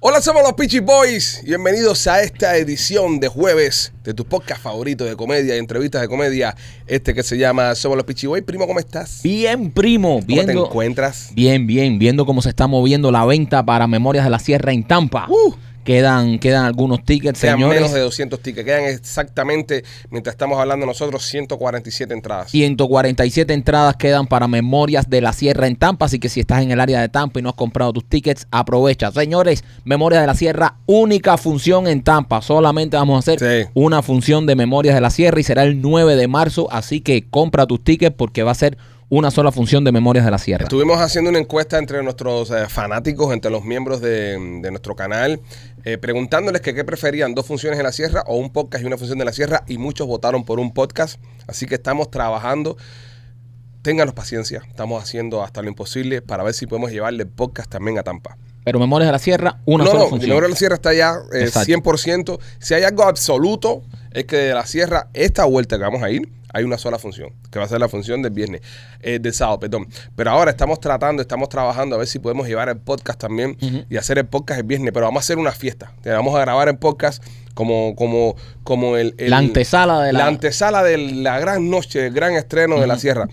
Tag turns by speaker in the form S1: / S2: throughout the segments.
S1: Hola, somos los Peachy Boys. Bienvenidos a esta edición de jueves de tu podcast favorito de comedia y entrevistas de comedia. Este que se llama Somos los Peachy Boys. Primo, ¿cómo estás?
S2: Bien, primo.
S1: ¿Cómo
S2: Viendo,
S1: te encuentras?
S2: Bien, bien. Viendo cómo se está moviendo la venta para Memorias de la Sierra en Tampa.
S1: Uh.
S2: Quedan, quedan algunos tickets,
S1: Sean menos
S2: señores.
S1: de 200 tickets. Quedan exactamente, mientras estamos hablando nosotros, 147 entradas.
S2: 147 entradas quedan para Memorias de la Sierra en Tampa, así que si estás en el área de Tampa y no has comprado tus tickets, aprovecha. Señores, Memorias de la Sierra, única función en Tampa. Solamente vamos a hacer
S1: Sí.
S2: una función de Memorias de la Sierra y será el 9 de marzo, así que compra tus tickets porque va a ser una sola función de Memorias de la Sierra.
S1: Estuvimos haciendo una encuesta entre nuestros eh, fanáticos, entre los miembros de, de nuestro canal, eh, preguntándoles que qué preferían, dos funciones en la sierra o un podcast y una función de la sierra, y muchos votaron por un podcast, así que estamos trabajando. Ténganos paciencia, estamos haciendo hasta lo imposible para ver si podemos llevarle el podcast también a Tampa.
S2: Pero Memorias de la Sierra, una
S1: no,
S2: sola
S1: no,
S2: función.
S1: Memorial de la Sierra está ya eh,
S2: Exacto.
S1: 100%. Si hay algo absoluto, es que de la Sierra, esta vuelta que vamos a ir, hay una sola función, que va a ser la función del viernes, eh, del sábado, perdón. Pero ahora estamos tratando, estamos trabajando a ver si podemos llevar el podcast también y hacer el podcast el viernes, pero vamos a hacer una fiesta. Te Vamos a grabar el podcast como, como, como el, el-
S2: La antesala de la-
S1: la antesala de la gran noche, el gran estreno de la Sierra.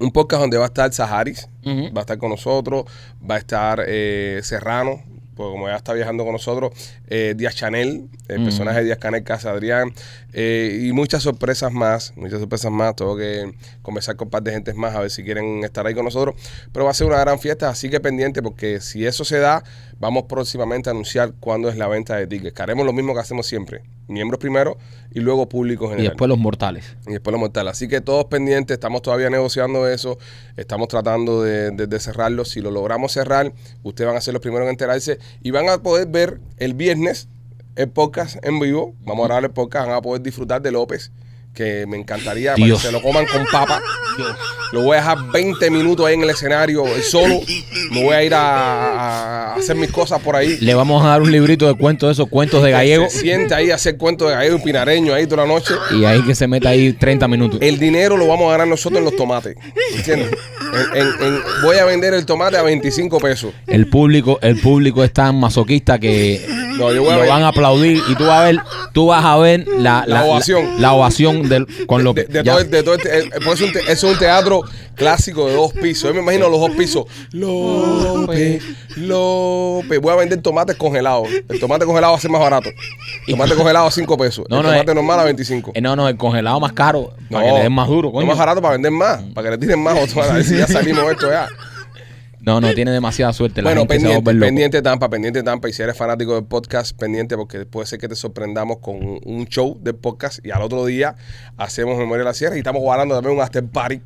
S1: Un podcast donde va a estar Saharis,
S2: Ujú.
S1: va a estar con nosotros, va a estar eh, Serrano, porque como ya está viajando con nosotros, eh, Díaz Chanel, el personaje de Díaz Canel Casa Adrián, eh, y muchas sorpresas más, muchas sorpresas más. Tengo que conversar con un par de gentes más a ver si quieren estar ahí con nosotros. Pero va a ser una gran fiesta, así que pendiente, porque si eso se da, vamos próximamente a anunciar cuándo es la venta de tickets. Que haremos lo mismo que hacemos siempre: miembros primero y luego público general.
S2: Y después los mortales.
S1: Y después lo mortal. Así que todos pendientes, estamos todavía negociando eso, estamos tratando de, de- de cerrarlo. Si lo logramos cerrar, ustedes van a ser los primeros en enterarse y van a poder ver el viernes el podcast en vivo. Vamos a grabar el podcast, van a poder disfrutar de López, que me encantaría para que
S2: Dios.
S1: se lo coman con papa. Lo voy a dejar 20 minutos ahí en el escenario, él solo. Me voy a ir a, a hacer mis cosas por ahí.
S2: Le vamos a dar un librito de cuentos de esos cuentos de gallego.
S1: Se siente ahí a hacer cuentos de gallego y pinareño ahí toda la noche.
S2: Y ahí que se meta ahí 30 minutos.
S1: El dinero lo vamos a ganar nosotros en los tomates. ¿Entiendes? En- en- en- voy a vender el tomate a 25 pesos.
S2: El público, el público es tan masoquista que
S1: No, yo voy a
S2: lo
S1: ver-
S2: van a aplaudir y tú vas a ver, tú vas a ver la,
S1: La ovación.
S2: La, la ovación del, con lo
S1: De,
S2: que
S1: de
S2: ya.
S1: todo, el- de todo el te- eh, pues es un te- eso es un teatro clásico de dos pisos. Yo me imagino los dos pisos. López, López. Voy a vender tomates congelados. El tomate congelado va a ser más barato. Tomate congelado a 5 pesos.
S2: No,
S1: el
S2: no,
S1: tomate
S2: eh,
S1: normal a 25.
S2: Eh, no, no, el congelado más caro,
S1: No,
S2: para que le den más duro,
S1: no
S2: coño.
S1: más barato para vender más. Para que le tiren más. otro, a ver si ya salimos de esto ya.
S2: No, no, tiene demasiada suerte. La
S1: Bueno,
S2: gente se va a
S1: pendiente,
S2: volver loco.
S1: pendiente Tampa, pendiente Tampa. Y si eres fanático del podcast, pendiente porque puede ser que te sorprendamos con un show de podcast y al otro día hacemos Memoria de la Sierra y estamos guardando también un after party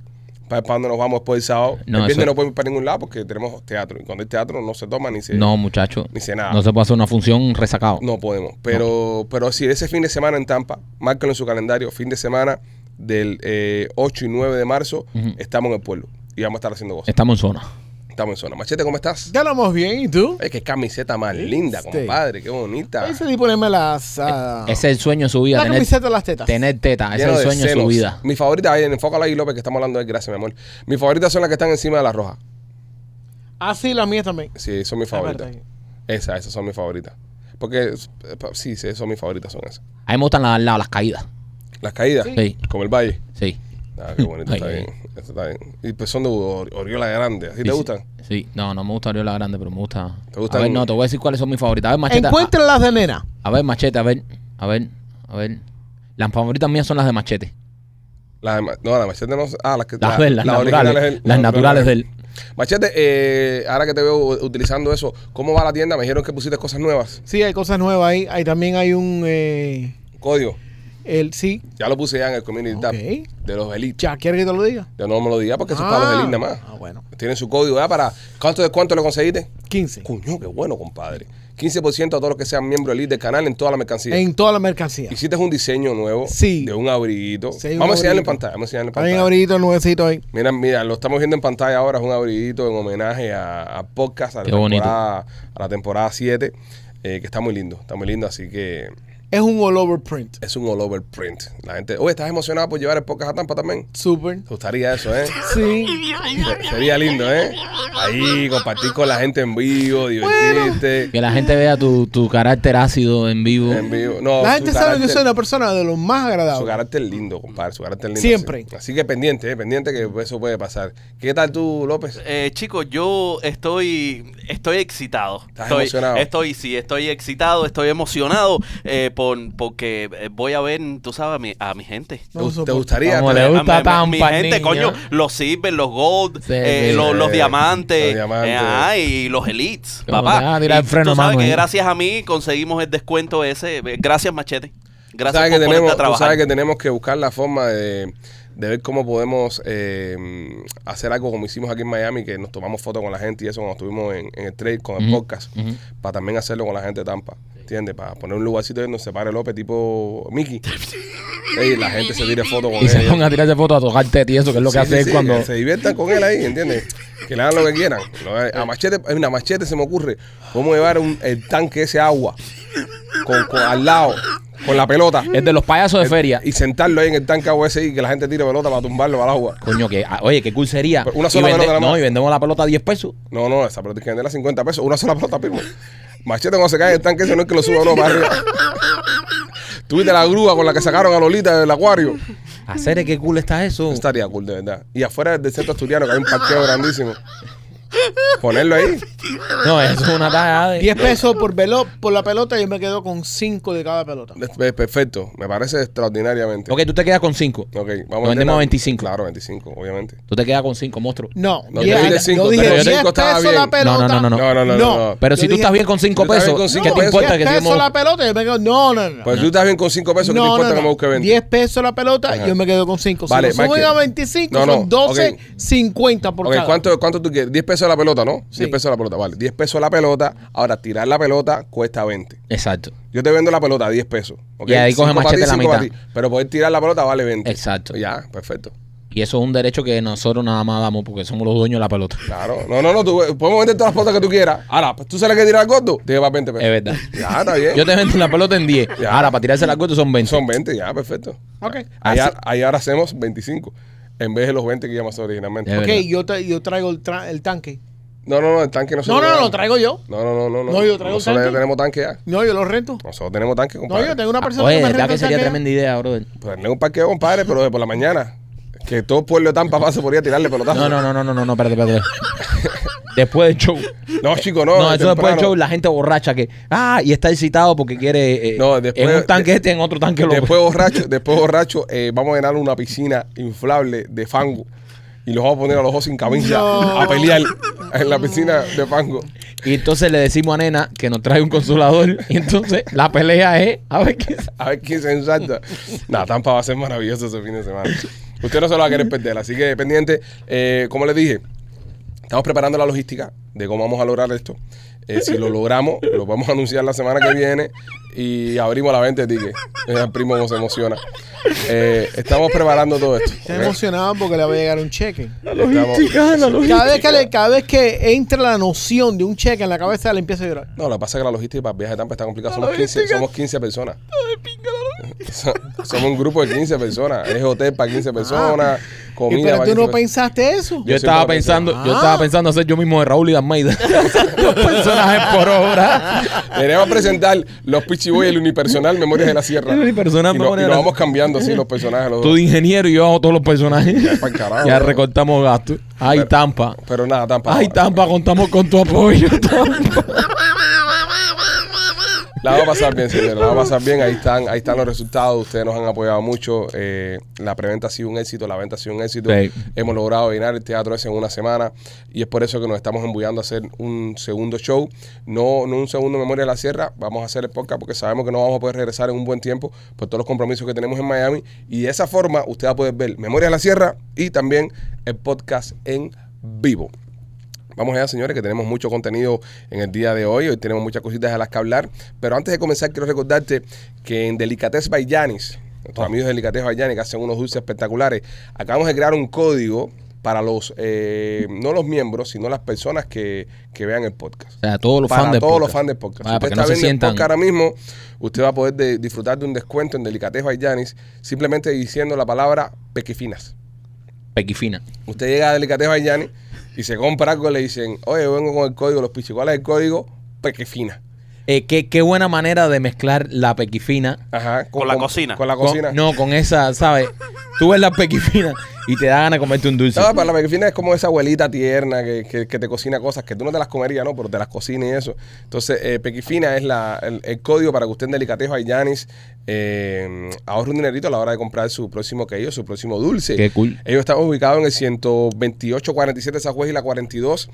S1: para cuando nos vamos después del sábado.
S2: No,
S1: el viernes
S2: eso-
S1: no podemos ir para ningún lado porque tenemos teatro y cuando hay teatro no se toma ni se...
S2: No, muchacho.
S1: Ni se nada.
S2: No se puede hacer una función resacado.
S1: No podemos. Pero, pero sí, ese fin de semana en Tampa, márcalo en su calendario, fin de semana del eh, 8 y 9 de marzo, estamos en el pueblo y vamos a estar haciendo cosas.
S2: Estamos en zona.
S1: Estamos en zona. Machete, ¿cómo estás?
S3: Ya lo vamos bien, ¿y tú?
S1: Es que camiseta más linda,
S3: Este.
S1: compadre, qué bonita.
S3: Ahí salí ponerme las... ah,
S2: Ese es el sueño de su vida.
S3: la
S2: Tener,
S3: camiseta de las tetas.
S2: tener teta. Ese es
S1: Lleno
S2: el
S1: de
S2: sueño de su
S1: senos.
S2: vida.
S1: Mi favorita, ahí, enfócala ahí, López, que estamos hablando de él, gracias, mi amor. Mis favoritas son las que están encima de la roja.
S3: Ah, sí, las mías también.
S1: Sí, son mis
S3: Ah,
S1: favoritas.
S3: verdad.
S1: Esas, esas son mis favoritas. Porque, eh, pa- sí, sí, son mis favoritas, son esas.
S2: A mí me gustan las, las- las caídas.
S1: Las caídas,
S2: Sí.
S1: como el valle.
S2: Sí.
S1: Ah, qué bonito, está
S2: Ay, ay.
S1: bien. Eso está bien. Y pues son de or- Oriola Grande, ¿sí
S2: Sí,
S1: te
S2: sí.
S1: gustan?
S2: Sí, no, no me gusta Oriola Grande, pero me gusta.
S1: ¿Te gustan?
S2: A ver, no, te voy a decir cuáles son mis favoritas. A ver, Machete.
S1: ah.
S2: A,
S3: Encuentra las de nena.
S2: a ver, Machete, a ver. A ver, a ver. Las favoritas mías son las de Machete.
S1: Las de ma- no, las machete no. Ah, las que.
S2: Las,
S1: la-
S2: de él, las, naturales.
S1: originales de él.
S2: las naturales de él.
S1: Machete, eh, ahora que te veo utilizando eso, ¿cómo va la tienda? Me dijeron que pusiste cosas nuevas.
S3: Sí, hay cosas nuevas ahí. Ahí también hay un... eh,
S1: Código.
S3: el, sí,
S1: Ya lo puse ya en el community tab
S3: Ok.
S1: de los elites.
S3: ya, ¿quieres que te lo diga?
S1: Yo no me lo diga porque eso es
S3: Ah.
S1: para los elites nada más.
S3: Ah, bueno.
S1: Tienen su código ya para. ¿Cuánto descuento le conseguiste?
S3: 15.
S1: Cuño, qué bueno, compadre. 15% a todos los que sean miembros elite del canal en toda la mercancía.
S3: En toda la mercancía.
S1: Hiciste un diseño nuevo
S3: Sí.
S1: de un abriguito.
S3: Sí, hay un
S1: vamos a enseñarlo en
S3: abriguito.
S1: pantalla. Vamos a enseñarlo en
S3: Hay un
S1: pantalla.
S3: abriguito nuevecito ahí.
S1: Mira, mira, lo estamos viendo en pantalla ahora. Es un abriguito en homenaje a, a podcast, a la,
S2: Qué bonito.
S1: temporada, a la temporada 7, eh, que está muy lindo. Está muy lindo, así que
S3: Es un all over print.
S1: Es un all over print. La gente, oye, ¿estás emocionado por llevar el podcast a Tampa también?
S3: Super.
S1: Te gustaría eso, ¿eh?
S3: Sí.
S1: Se- Sería lindo, ¿eh? Ahí, compartir con la gente en vivo, divertirte.
S2: Que la gente vea tu, tu carácter ácido en vivo.
S1: En vivo. No,
S3: La
S1: su
S3: gente sabe que
S1: carácter-
S3: soy una persona de los más
S1: Su
S3: agradables.
S1: carácter lindo, compadre. Su carácter lindo.
S3: Siempre.
S1: Así, Así que pendiente, eh, pendiente que eso puede pasar. ¿Qué tal tú, López?
S4: Eh, chicos, yo estoy, estoy excitado.
S1: Estás
S4: estoy,
S1: emocionado.
S4: Estoy, sí, estoy excitado, estoy emocionado eh, por, porque eh, voy a ver, tú sabes, a mi, a mi gente.
S1: ¿Te,
S3: No lo
S1: gust- te
S3: soporto.
S1: gustaría?
S2: Vamos,
S1: tener-
S2: le gusta
S4: A- a- a- mi
S2: Tampa,
S4: gente,
S2: niño.
S4: coño, los silver, los gold,
S2: Sí,
S4: eh,
S2: sí.
S4: los, los
S1: Sí,
S4: diamantes,
S1: los diamantes.
S4: eh, ajá, y los elites,
S2: Como te van
S4: papá.
S2: a tirar
S4: Y
S2: el freno,
S4: tú sabes
S2: mano,
S4: que
S2: eh.
S4: gracias a mí conseguimos el descuento ese. Eh, Gracias, Machete.
S1: Tú
S4: Gracias
S1: sabes,
S4: por
S1: que
S4: ponerte
S1: tenemos,
S4: a
S1: tú
S4: trabajar.
S1: sabes que tenemos que buscar la forma de, de ver cómo podemos eh, hacer algo como hicimos aquí en Miami, que nos tomamos fotos con la gente y eso cuando estuvimos en, en el trade con el
S2: Ujú,
S1: podcast,
S2: ujú.
S1: para también hacerlo con la gente de Tampa, ¿entiendes? Para poner un lugarcito donde se pare López tipo Mickey y la gente se tire fotos con
S2: Y se
S1: él.
S2: ponga a tirarse fotos a tocarte y eso, que es lo
S1: Sí,
S2: que hace
S1: sí,
S2: él
S1: sí,
S2: cuando.
S1: que Se diviertan con él ahí, ¿entiendes? Que le hagan lo que quieran. Lo- A machete, una machete se me ocurre. Vamos a llevar un, el tanque ese agua con, con- al lado, con la pelota.
S2: Es de los payasos de feria.
S1: Y sentarlo ahí en el tanque agua ese y que la gente tire pelota para tumbarlo al agua.
S2: Coño, que, ah, oye, qué cool sería.
S1: Pero Pues una
S2: Y
S1: sola
S2: vende-
S1: pelota nada más.
S2: No, y vendemos la pelota a 10 pesos.
S1: No, no, esa pelota hay que venderla a 50 pesos. Una sola pelota, primo. Machete cuando se cae en el tanque ese no es que lo suba uno para arriba. Tuviste la grúa con la que sacaron a Lolita del acuario.
S2: Hacer qué cool está eso.
S1: Eso estaría cool, de verdad. Y afuera del centro asturiano, que hay un parqueo grandísimo. Ponerlo ahí.
S2: No, eso es una talla de.
S3: 10 pesos por, velo, por la pelota y yo me quedo con 5 de cada pelota.
S1: Pe- Perfecto, me parece extraordinariamente.
S2: Ok, tú te quedas con 5.
S1: Ok,
S2: Lo
S1: a
S2: vendemos
S1: tener-
S2: a 25.
S1: Claro, 25, obviamente.
S2: Tú te quedas con 5, monstruo.
S3: No,
S1: No,
S3: diez-
S1: yo dije cinco,
S3: yo dije
S1: pero
S3: 10
S1: cinco estaba
S3: pesos la
S1: bien.
S2: No,
S3: pelota.
S2: no, no, no,
S1: No, no, no, no. no.
S2: Pero
S3: Yo
S2: si tú
S3: dije- pues,
S2: estás bien con 5
S1: Yo estaba bien
S2: pesos,
S1: con
S2: ¿qué
S1: cinco
S2: te
S1: pesos.
S2: importa que
S3: pesos
S2: digamos-
S3: la pelota y yo me quedo. No, no, no.
S1: Pues tú estás bien con 5 pesos, ¿qué te importa que me busque 20?
S3: 10 pesos la pelota,
S1: Ajá.
S3: yo me quedo con 5.
S1: Vale,
S3: si lo suben
S1: Michael.
S3: a 25,
S1: No, no,
S3: son 12,
S1: ok.
S3: 50 por
S1: Ok,
S3: cada.
S1: ¿cuánto, ¿cuánto tú quieres? 10 pesos la pelota, ¿no?
S3: Sí.
S1: 10 pesos la pelota, vale. 10 pesos la pelota, ahora tirar la pelota cuesta 20.
S2: Exacto,
S1: Yo te vendo la pelota a 10 pesos. ok.
S2: Y ahí coge
S1: Cinco para
S2: Machete
S1: ti,
S2: la
S1: cinco para
S2: mitad.
S1: ti. Pero poder tirar la pelota vale 20.
S2: exacto.
S1: Ya, perfecto.
S2: Y eso es un derecho que nosotros nada más damos porque somos los dueños de la pelota.
S1: Claro. No, no, no, tú, podemos vender todas las pelotas que tú quieras. Ahora, pues, ¿tú sabes que tirar al gordo? Te llevas 20 pesos.
S2: Es verdad.
S1: Ya, está bien.
S2: Yo te vendo la pelota en 10.
S1: Ya.
S2: Ahora, para tirarse la cuota son 20.
S1: Son 20, ya, perfecto.
S3: Ok.
S1: Ahí,
S2: Así-
S1: a- ahí ahora hacemos 25 en vez de los 20 que íbamos a hacer originalmente.
S2: Ya.
S3: Ok,
S2: verdad.
S3: yo, tra- yo traigo el, tra- el tanque.
S1: No, no, no, el tanque no se
S3: No,
S1: lo
S3: no, no,
S1: dan.
S3: lo traigo yo.
S1: No, no, no, no.
S3: No, yo traigo un
S1: Nosotros ya
S3: tanque.
S1: tenemos tanque ya.
S3: No, yo lo rento.
S1: Nosotros tenemos tanque,
S3: No,
S1: compadre.
S3: yo tengo una persona
S2: Ah, Oye,
S3: que me
S2: de verdad
S3: renta
S2: que
S3: el
S2: sería
S3: tanque.
S2: tremenda idea, brother.
S1: Ponerle Pues un parqueo, compadre, pero de por la mañana. Que todo el pueblo de Tampa pase por ahí a tirarle pelotazos.
S2: No, no, no, no, no, no, no, espérate, espérate. Después del show.
S1: No, chico, no.
S2: No,
S1: es
S2: eso después del
S1: temprano.
S2: show, la gente borracha que. Ah, y está excitado porque quiere. eh,
S1: No, después-
S2: en un tanque este, en otro tanque lo
S1: Después borracho, después borracho, eh, vamos a llenar una piscina inflable de fango. Y los vamos a poner a los dos sin camisa
S3: No.
S1: a pelear en la piscina de fango.
S2: Y entonces le decimos a Nena que nos trae un consolador. Y entonces la pelea es. A ver qué.
S1: A ver quién se ensalta. Nada, Tampa va a ser maravilloso ese fin de semana. Usted no se lo va a querer perder, así que pendiente. Eh, como les dije, estamos preparando la logística de cómo vamos a lograr esto. Eh, si lo logramos, lo vamos a anunciar la semana que viene y abrimos la venta de tickets. Eh, El primo nos emociona. Eh, estamos preparando todo esto.
S3: Está
S1: ¿ok?
S3: emocionado porque le va a llegar un cheque.
S1: Estamos-
S3: Cada vez, que le- cada vez que entra la noción de un cheque en la cabeza, le empieza a llorar.
S1: No, lo que pasa es que la logística para el viaje de Tampa está complicada. Somos 15, somos 15 personas. So- Somos un grupo de 15 personas. Es hotel para 15 personas,
S3: Y,
S1: comida
S3: pero
S1: para
S3: tú
S1: 15
S3: no
S1: personas.
S3: pensaste eso.
S2: Yo
S1: Yo
S2: estaba
S1: siempre lo pensé.
S2: pensando, yo
S3: Ah.
S2: estaba pensando hacer yo mismo de Raúl y de Almeida. Dos personajes por obra.
S1: Queremos presentar los Pichiboy y el unipersonal Memorias de la Sierra.
S2: El unipersonal
S1: y, no-
S2: Memorias
S1: y
S2: de
S1: lo
S2: la-
S1: vamos cambiando así los personajes. Los
S2: Tú
S1: dos.
S2: de ingeniero y yo hago todos los personajes.
S1: pa'l carajo,
S2: ya
S1: bro.
S2: recortamos gastos. Ay, Tampa.
S1: Pero nada, Tampa.
S2: Ay, Tampa, contamos con tu apoyo. Tampa.
S1: La va a pasar bien, señores. La va a pasar bien. Ahí están, ahí están los resultados. Ustedes nos han apoyado mucho. Eh, la preventa ha sido un éxito, la venta ha sido un éxito.
S2: Sí.
S1: Hemos logrado llenar el teatro ese en una semana. Y es por eso que nos estamos embullando a hacer un segundo show. No, no un segundo Memoria de la Sierra. Vamos a hacer el podcast porque sabemos que no vamos a poder regresar en un buen tiempo por todos los compromisos que tenemos en Miami. Y de esa forma usted va a poder ver Memoria de la Sierra y también el podcast en vivo. Vamos allá, señores, que tenemos mucho contenido en el día de hoy. Hoy tenemos muchas cositas a las que hablar. Pero antes de comenzar, quiero recordarte que en Delicates
S2: Ah.
S1: Bayanis, nuestros amigos de Delicates Bayanis, que hacen unos dulces espectaculares, acabamos de crear un código para los, eh, no los miembros, sino las personas que, que vean el podcast.
S2: O sea, todos los
S1: para
S2: fans de
S1: todos los fans del podcast.
S2: Vaya,
S1: si usted
S2: para que no
S1: está
S2: se
S1: viendo el
S2: sientan.
S1: podcast ahora mismo, usted va a poder de- disfrutar de un descuento en Delicatez by Giannis simplemente diciendo la palabra pequefinas.
S2: Pequifina.
S1: Usted llega a Delicatez by Giannis y se compra algo y le dicen, oye, vengo con el código, los pichis, ¿cuál es el código? Pequefina.
S2: Eh, qué, qué buena manera de mezclar la pequifina.
S1: Ajá.
S4: Con la cocina.
S1: Con la
S2: con-
S1: cocina.
S2: no, con esa, ¿sabes? Tú ves la pequifina y te da ganas de comerte un dulce.
S1: No, para la pequefina es como esa abuelita tierna que, que- que te cocina cosas que tú no te las comerías, ¿no? Pero te las cocina y eso. Entonces, eh, pequefina es la, el, el código para que usted en Delicatejo y Yanis ahorre un dinerito a la hora de comprar su próximo queso, su próximo dulce.
S2: Qué cool.
S1: Ellos están ubicados en el 12847 Southwest y la 42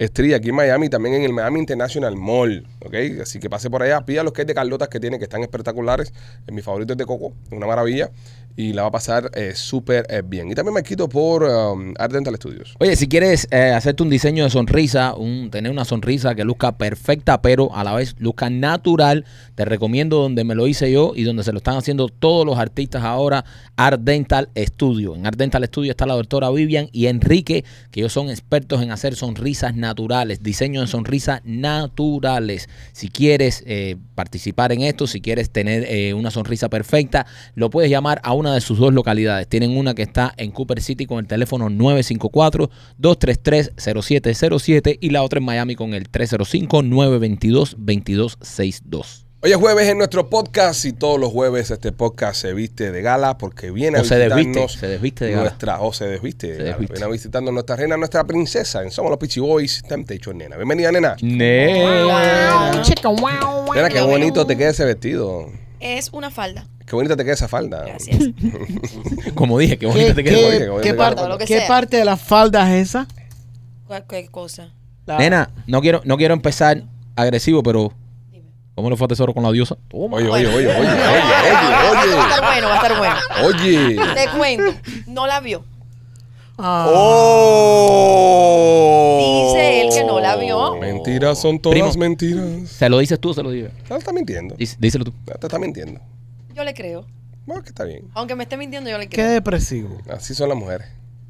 S1: Street, aquí en Miami, y también en el Miami International Mall. ¿ok? Así que pase por allá, pida los que de Carlotas que tienen, que están espectaculares. Eh, Mi favorito es de Coco, una maravilla. Y la va a pasar eh, súper eh, bien. Y también me quito por um, Art Dental Studios.
S2: Oye, si quieres eh, hacerte un diseño de sonrisa, un, tener una sonrisa que luzca perfecta, pero a la vez luzca natural, te recomiendo donde me lo hice yo y donde se lo están haciendo todos los artistas ahora, Art Dental Studio. En Art Dental Studio está la doctora Vivian y Enrique, que ellos son expertos en hacer sonrisas naturales, diseño de sonrisas naturales. Si quieres eh, participar en esto, si quieres tener eh, una sonrisa perfecta, lo puedes llamar a una de sus dos localidades. Tienen una que está en Cooper City con el teléfono 954-233-0707 y la otra en Miami con el 305-922-2262.
S1: Hoy es jueves en nuestro podcast y todos los jueves este podcast se viste de gala porque viene a
S2: O se desviste,
S1: visitarnos
S2: se desviste de gala.
S1: nuestra, o se desviste, de
S2: Se
S1: gala.
S2: desviste.
S1: Viene a visitarnos nuestra reina, nuestra princesa en Somos los Pichi Boys, Temptation Nena. Bienvenida, nena.
S2: Nena.
S5: Chica, wow, wow.
S1: Mira qué bonito te queda ese vestido.
S5: Es una falda.
S1: Qué bonita te queda esa falda.
S5: Gracias.
S2: Como dije, qué bonito
S3: ¿Qué,
S2: te
S3: qué-
S1: quedas,
S2: quedó.
S1: oye, oye,
S3: qué
S1: te quedas,
S3: parte,
S5: oye. Lo que
S3: ¿qué
S5: sea.
S3: parte de las faldas es esa?
S5: Cualquier cosa.
S3: La-
S2: Nena, no quiero, no quiero empezar agresivo, pero ¿cómo le fue a Tesoro con la diosa?
S1: Oye, oye, oye, oye, oye,
S5: Va a
S1: oye,
S5: estar bueno, va a estar bueno.
S1: oye, oye.
S5: Te cuento. No la vio.
S3: Ah.
S4: ¡Oh!
S5: Dice él que no la vio.
S1: Oh. Mentiras son todas
S2: Primo.
S1: mentiras.
S2: ¿Se lo dices tú o se lo digo?
S1: No, está mintiendo.
S2: Dice- Díselo tú.
S1: No, te está mintiendo.
S5: Yo le creo.
S1: Bueno, que está bien.
S5: Aunque me esté mintiendo, yo le
S3: Qué
S5: creo.
S3: depresivo.
S1: Así son las mujeres.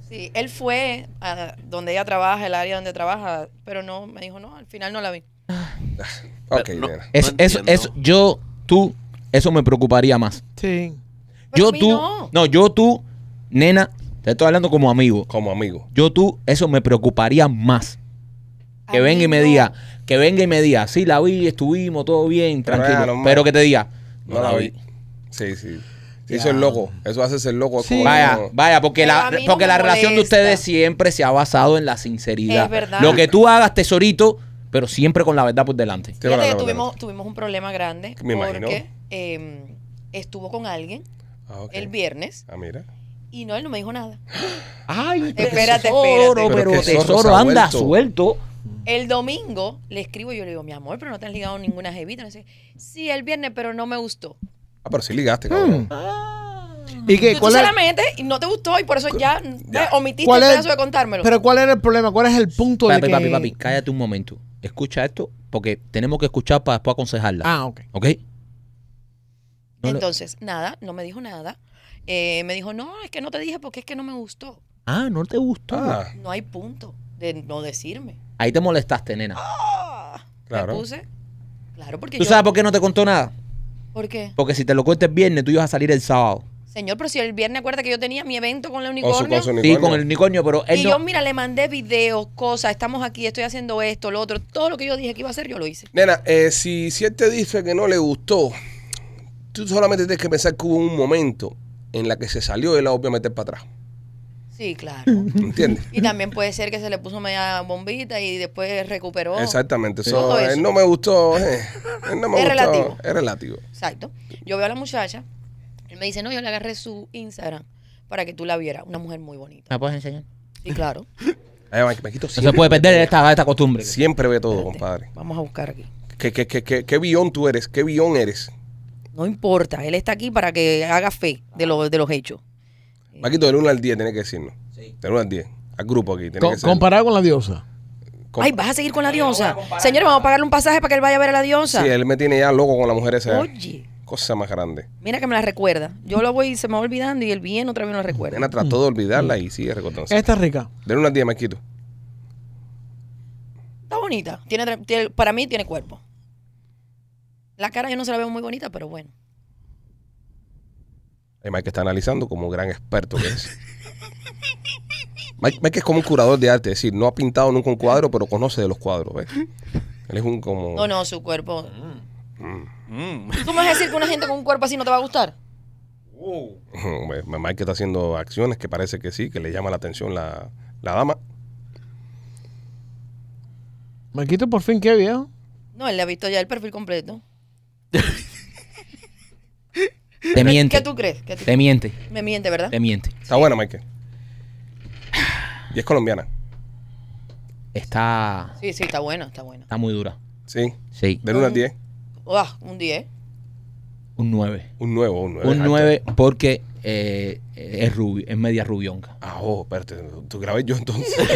S5: Sí, él fue a donde ella trabaja, el área donde trabaja, pero no, me dijo no, al final no la vi.
S1: Ok,
S4: Pero no-
S1: nena.
S2: Eso, eso,
S4: entiendo.
S2: eso, yo, tú, eso me preocuparía más.
S3: Sí.
S5: Pero Pues a
S2: yo
S5: mí
S2: tú, no.
S5: no.
S2: yo tú, nena, te estoy hablando como amigo.
S1: Como amigo.
S2: Yo tú, eso me preocuparía más.
S5: A
S2: Que
S5: mí
S2: venga y me
S5: no.
S2: diga, que venga y me diga, sí, la vi, estuvimos, todo bien,
S1: Pero
S2: tranquilo.
S1: ya,
S2: Pero,
S1: no-
S2: que te diga,
S1: No, la vi. Ah, Sí, sí. Sí, eso
S3: Ya.
S1: es loco. Eso hace ser loco. es
S3: Sí.
S1: como-
S2: Vaya, vaya, porque
S5: Pero
S2: la,
S5: a mí no
S2: porque
S5: me
S2: la relación de
S5: molesta.
S2: ustedes siempre se ha basado en la sinceridad.
S5: Es verdad.
S2: Lo que tú hagas, tesorito, pero siempre con la verdad por delante.
S1: Sí,
S5: Fíjate
S1: bueno,
S5: que
S1: no,
S5: tuvimos, tuvimos un problema grande
S1: Me imagino.
S5: porque eh, estuvo con alguien
S1: no. Ah, ok.
S5: el viernes
S1: Ah, mira.
S5: y no, él no me dijo nada.
S2: Ay,
S5: Espérate,
S2: tesoro,
S5: espérate.
S1: Pero
S2: pero,
S1: qué zorro se
S2: tesoro,
S1: ha
S2: anda
S1: vuelto.
S2: suelto.
S5: El domingo le escribo y yo le digo, mi amor, pero no te has ligado ninguna jevita. Me dice, sí, el viernes, pero no me gustó.
S1: Ah, pero sí ligaste, cabrón.
S3: ¿Y qué?
S5: Tú, tú
S3: ¿Cuál es-
S5: solamente y no te gustó y por eso ya, eh, omitiste
S3: ¿Cuál
S5: el
S3: es-
S5: pedazo de contármelo.
S3: Pero ¿cuál era el problema? ¿Cuál es el punto de
S2: Papi,
S3: que...
S2: papi, papi, cállate un momento. Escucha esto porque tenemos que escuchar para después aconsejarla.
S3: Ah, ok.
S2: ¿Ok? No le-
S5: Entonces, nada, no me dijo nada. Eh, me dijo, no, es que no te dije porque es que no me gustó.
S2: Ah, no te gustó.
S1: Ah,
S5: No hay punto de no decirme.
S2: Ahí te molestaste, nena.
S5: Claro.
S1: claro.
S5: puse? Claro, porque
S2: ¿Tú
S5: yo...
S2: sabes por qué no te contó nada?
S5: ¿Por qué?
S2: Porque si te lo cuentes viernes, tú ibas a salir el sábado.
S5: Señor, pero si el viernes acuerda que yo tenía mi evento con la
S1: Con su, con
S5: unicornio.
S1: su
S2: Sí,
S1: unicornio.
S2: con el unicornio, pero él
S5: y
S2: no.
S5: yo, mira, le mandé videos, cosas, estamos aquí, estoy haciendo esto, lo otro. Todo lo que yo dije que iba a hacer, yo lo hice.
S1: Nena, eh, si, si él te dice que no le gustó, tú solamente tienes que pensar que hubo un momento en la que se salió de la obvia meter para atrás.
S5: Sí, claro.
S1: ¿Entiendes?
S5: Y también puede ser que se le puso media bombita y después recuperó.
S1: Exactamente. Eso,
S5: Todo Oh. eso.
S1: eh, no me gustó. eh, no me
S5: Es
S1: gustó.
S5: relativo.
S1: Es relativo.
S5: Exacto. Yo veo a la muchacha, él me dice, no, yo le agarré su Instagram para que tú la vieras. Una mujer muy bonita.
S2: ¿Me puedes enseñar?
S5: Sí, claro.
S1: Ay, me- me quito
S2: No se
S1: siempre.
S2: puede perder esta, esta costumbre.
S1: Siempre ve todo,
S5: Espérate,
S1: compadre.
S5: Vamos a buscar aquí.
S1: ¿Qué, qué, qué, qué, qué guión tú eres? ¿Qué guión eres?
S5: No importa, él está aquí para que haga fe de, lo- de los hechos.
S1: Maquito, del 1 al 10 tienes que decirnos. Del 1 al 10. Al grupo aquí. Tienes
S3: Co-
S1: que ser-
S3: comparado con la diosa.
S1: com-
S5: Ay, vas a seguir con la diosa. Señores, vamos a pagarle un pasaje para que él vaya a ver a la diosa.
S1: Sí, él me tiene ya loco con la mujer esa.
S5: Oye.
S1: cosa más grande.
S5: Mira que me la recuerda. Yo lo voy, se me va olvidando y el bien otra vez me lo recuerda.
S1: Nena trató de olvidarla y sigue recordándose.
S3: Esta es rica.
S1: Denle una 10, Maquito.
S5: Está bonita. Tiene, tre- tiene- para mí tiene cuerpo. La cara yo no se la veo muy bonita, pero bueno.
S1: Eh, Mike está analizando como un gran experto que es. Mike, Mike es como un curador de arte, es decir, no ha pintado nunca un cuadro, pero conoce de los cuadros, ¿ves? Él es un como...
S5: No, no, su cuerpo.
S4: Mm.
S5: ¿Tú me vas a decir que una gente con un cuerpo así no te va a gustar?
S1: Ve, Mike está haciendo acciones que parece que sí, que le llama la atención la, la dama.
S3: Marquito, por fin, qué viejo.
S5: No, él le ha visto ya el perfil completo.
S2: Te miente.
S5: ¿Qué tú crees? ¿Qué tú-
S2: Te miente.
S5: Me miente, ¿verdad?
S2: Te miente.
S1: Está buena, Mike. Y es colombiana,
S2: Está,
S5: Sí, sí, está buena, está buena.
S2: está muy dura.
S1: ¿sí?
S2: Sí.
S1: Denle una 10,
S5: Uah, un 10.
S2: Un 9.
S1: un nuevo, un nuevo.
S2: Un 9 porque eh, es rubio, es media rubionca.
S1: Ah, oh, espérate, tú grabé yo entonces. Me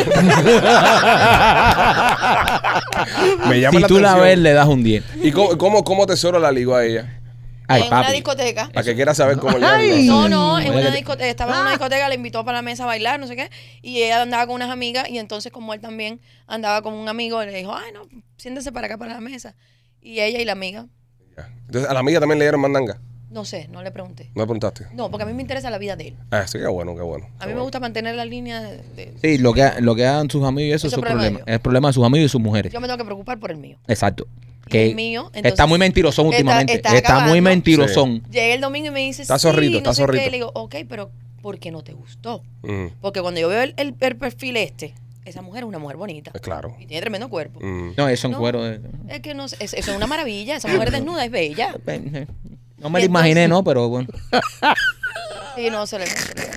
S1: llama
S2: Si
S1: la
S2: tú la ves,
S1: atención.
S2: le das un 10.
S1: ¿Y cómo, cómo, cómo Tesoro la ligó a ella?
S2: Ay,
S5: en una
S2: papi.
S5: discoteca.
S1: Para que quiera saber cómo le han
S3: Ay.
S1: lanzado.
S5: No, no, en
S2: Oye,
S5: una
S2: que-
S5: discoteca, estaba en
S2: Ah.
S5: una discoteca, le invitó para la mesa a bailar, no sé qué, y ella andaba con unas amigas, y entonces como él también andaba con un amigo, le dijo, ay, no, siéntese para acá, para la mesa. Y ella y la amiga,
S1: Ya. Entonces, a la amiga también le dieron mandanga.
S5: no sé, no le pregunté.
S1: No me preguntaste.
S5: No, porque a mí me interesa la vida de él.
S1: Ah, sí, qué bueno, qué bueno.
S5: A mí me
S2: Oh.
S5: gusta mantener la línea de... de-
S2: Sí, lo que, lo que hagan sus amigos y eso es
S5: Ese
S2: su
S5: problema
S2: problema.
S5: de ellos.
S2: Es el problema de sus amigos y sus mujeres.
S5: Yo me tengo que preocupar por el mío.
S2: Exacto.
S5: Y
S2: Que
S5: el mío,
S2: está
S5: entonces,
S2: muy mentirosón
S5: está-
S2: últimamente.
S5: está
S2: Está, muy
S5: acabando.
S2: mentirosón.
S5: Llegué el domingo y me dice,
S1: Está
S5: sí,
S1: zorrito, está
S5: no sé qué,
S1: zorrito.
S5: y le digo, ok, pero ¿por qué no te gustó?
S1: Mm,
S5: Porque cuando yo veo el, el- el perfil este, esa mujer es una mujer bonita,
S1: eh, claro.
S5: y tiene tremendo cuerpo.
S1: Mm.
S2: No, eso en
S5: No.
S2: cuero. de-
S5: Es que no sé, es- eso es una maravilla. Esa mujer desnuda es bella.
S2: No me
S5: Y
S2: lo imaginé, ¿no? Pero bueno.
S5: Sí, no, se le se le-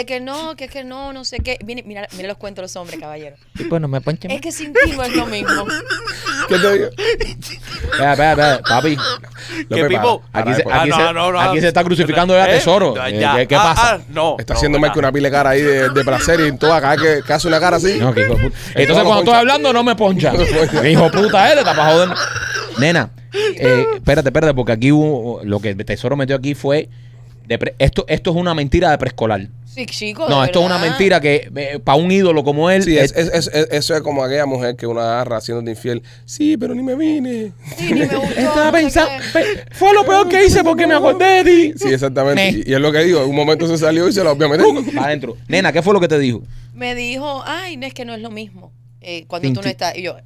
S5: Es que no, que es que no, no sé qué. Mira, mira, mira los cuentos de los hombres, caballero.
S2: Bueno, me ponchen.
S5: Es que sin ti no es lo mismo.
S1: ¿Qué te digo?
S2: Espera, espera, espera, papi.
S1: López,
S4: Pipo?
S1: para,
S2: Aquí
S1: para,
S2: se,
S1: para.
S4: Ah,
S2: aquí
S4: no,
S2: se-
S4: no, no.
S2: aquí se está crucificando ya
S4: ¿Eh?
S2: tesoro.
S4: Ya,
S2: Eh,
S4: ya.
S2: ¿Qué, qué
S4: Ah,
S2: pasa?
S4: ah, no.
S1: Está
S4: no,
S1: haciendo
S4: ¿verdad?
S1: Mike una pile cara ahí de, de placer y toda cada que, que hace una cara así. Eh,
S2: No, que hijo de puta. Entonces
S1: No,
S2: cuando estoy
S1: concha.
S2: hablando no me poncha. Que hijo de puta él, está para joder. Nena, eh, espérate, espérate, porque aquí hubo, lo que Tesoro metió aquí fue, de pre- esto, esto es una mentira de preescolar.
S5: Sí, chicos.
S2: No, esto es una mentira que para un ídolo como él,
S1: Sí, es,
S2: eh,
S1: es- es- es- eso es como aquella mujer que una agarra haciéndote infiel. Sí, pero ni me vine.
S5: Sí, ni me gustó.
S2: estaba
S5: no sé
S2: pensando,
S5: qué.
S2: pe- fue lo peor que hice porque me acordé de ti.
S1: Sí, exactamente.
S2: Me-
S1: Y, y es lo que digo. En un momento se salió y se la obviamente.
S2: Para adentro. Nena, ¿qué fue lo que te dijo?
S5: Me dijo, ay, no es que no es lo mismo eh, cuando
S2: Sin
S5: tú no
S2: ti.
S5: estás. Y yo,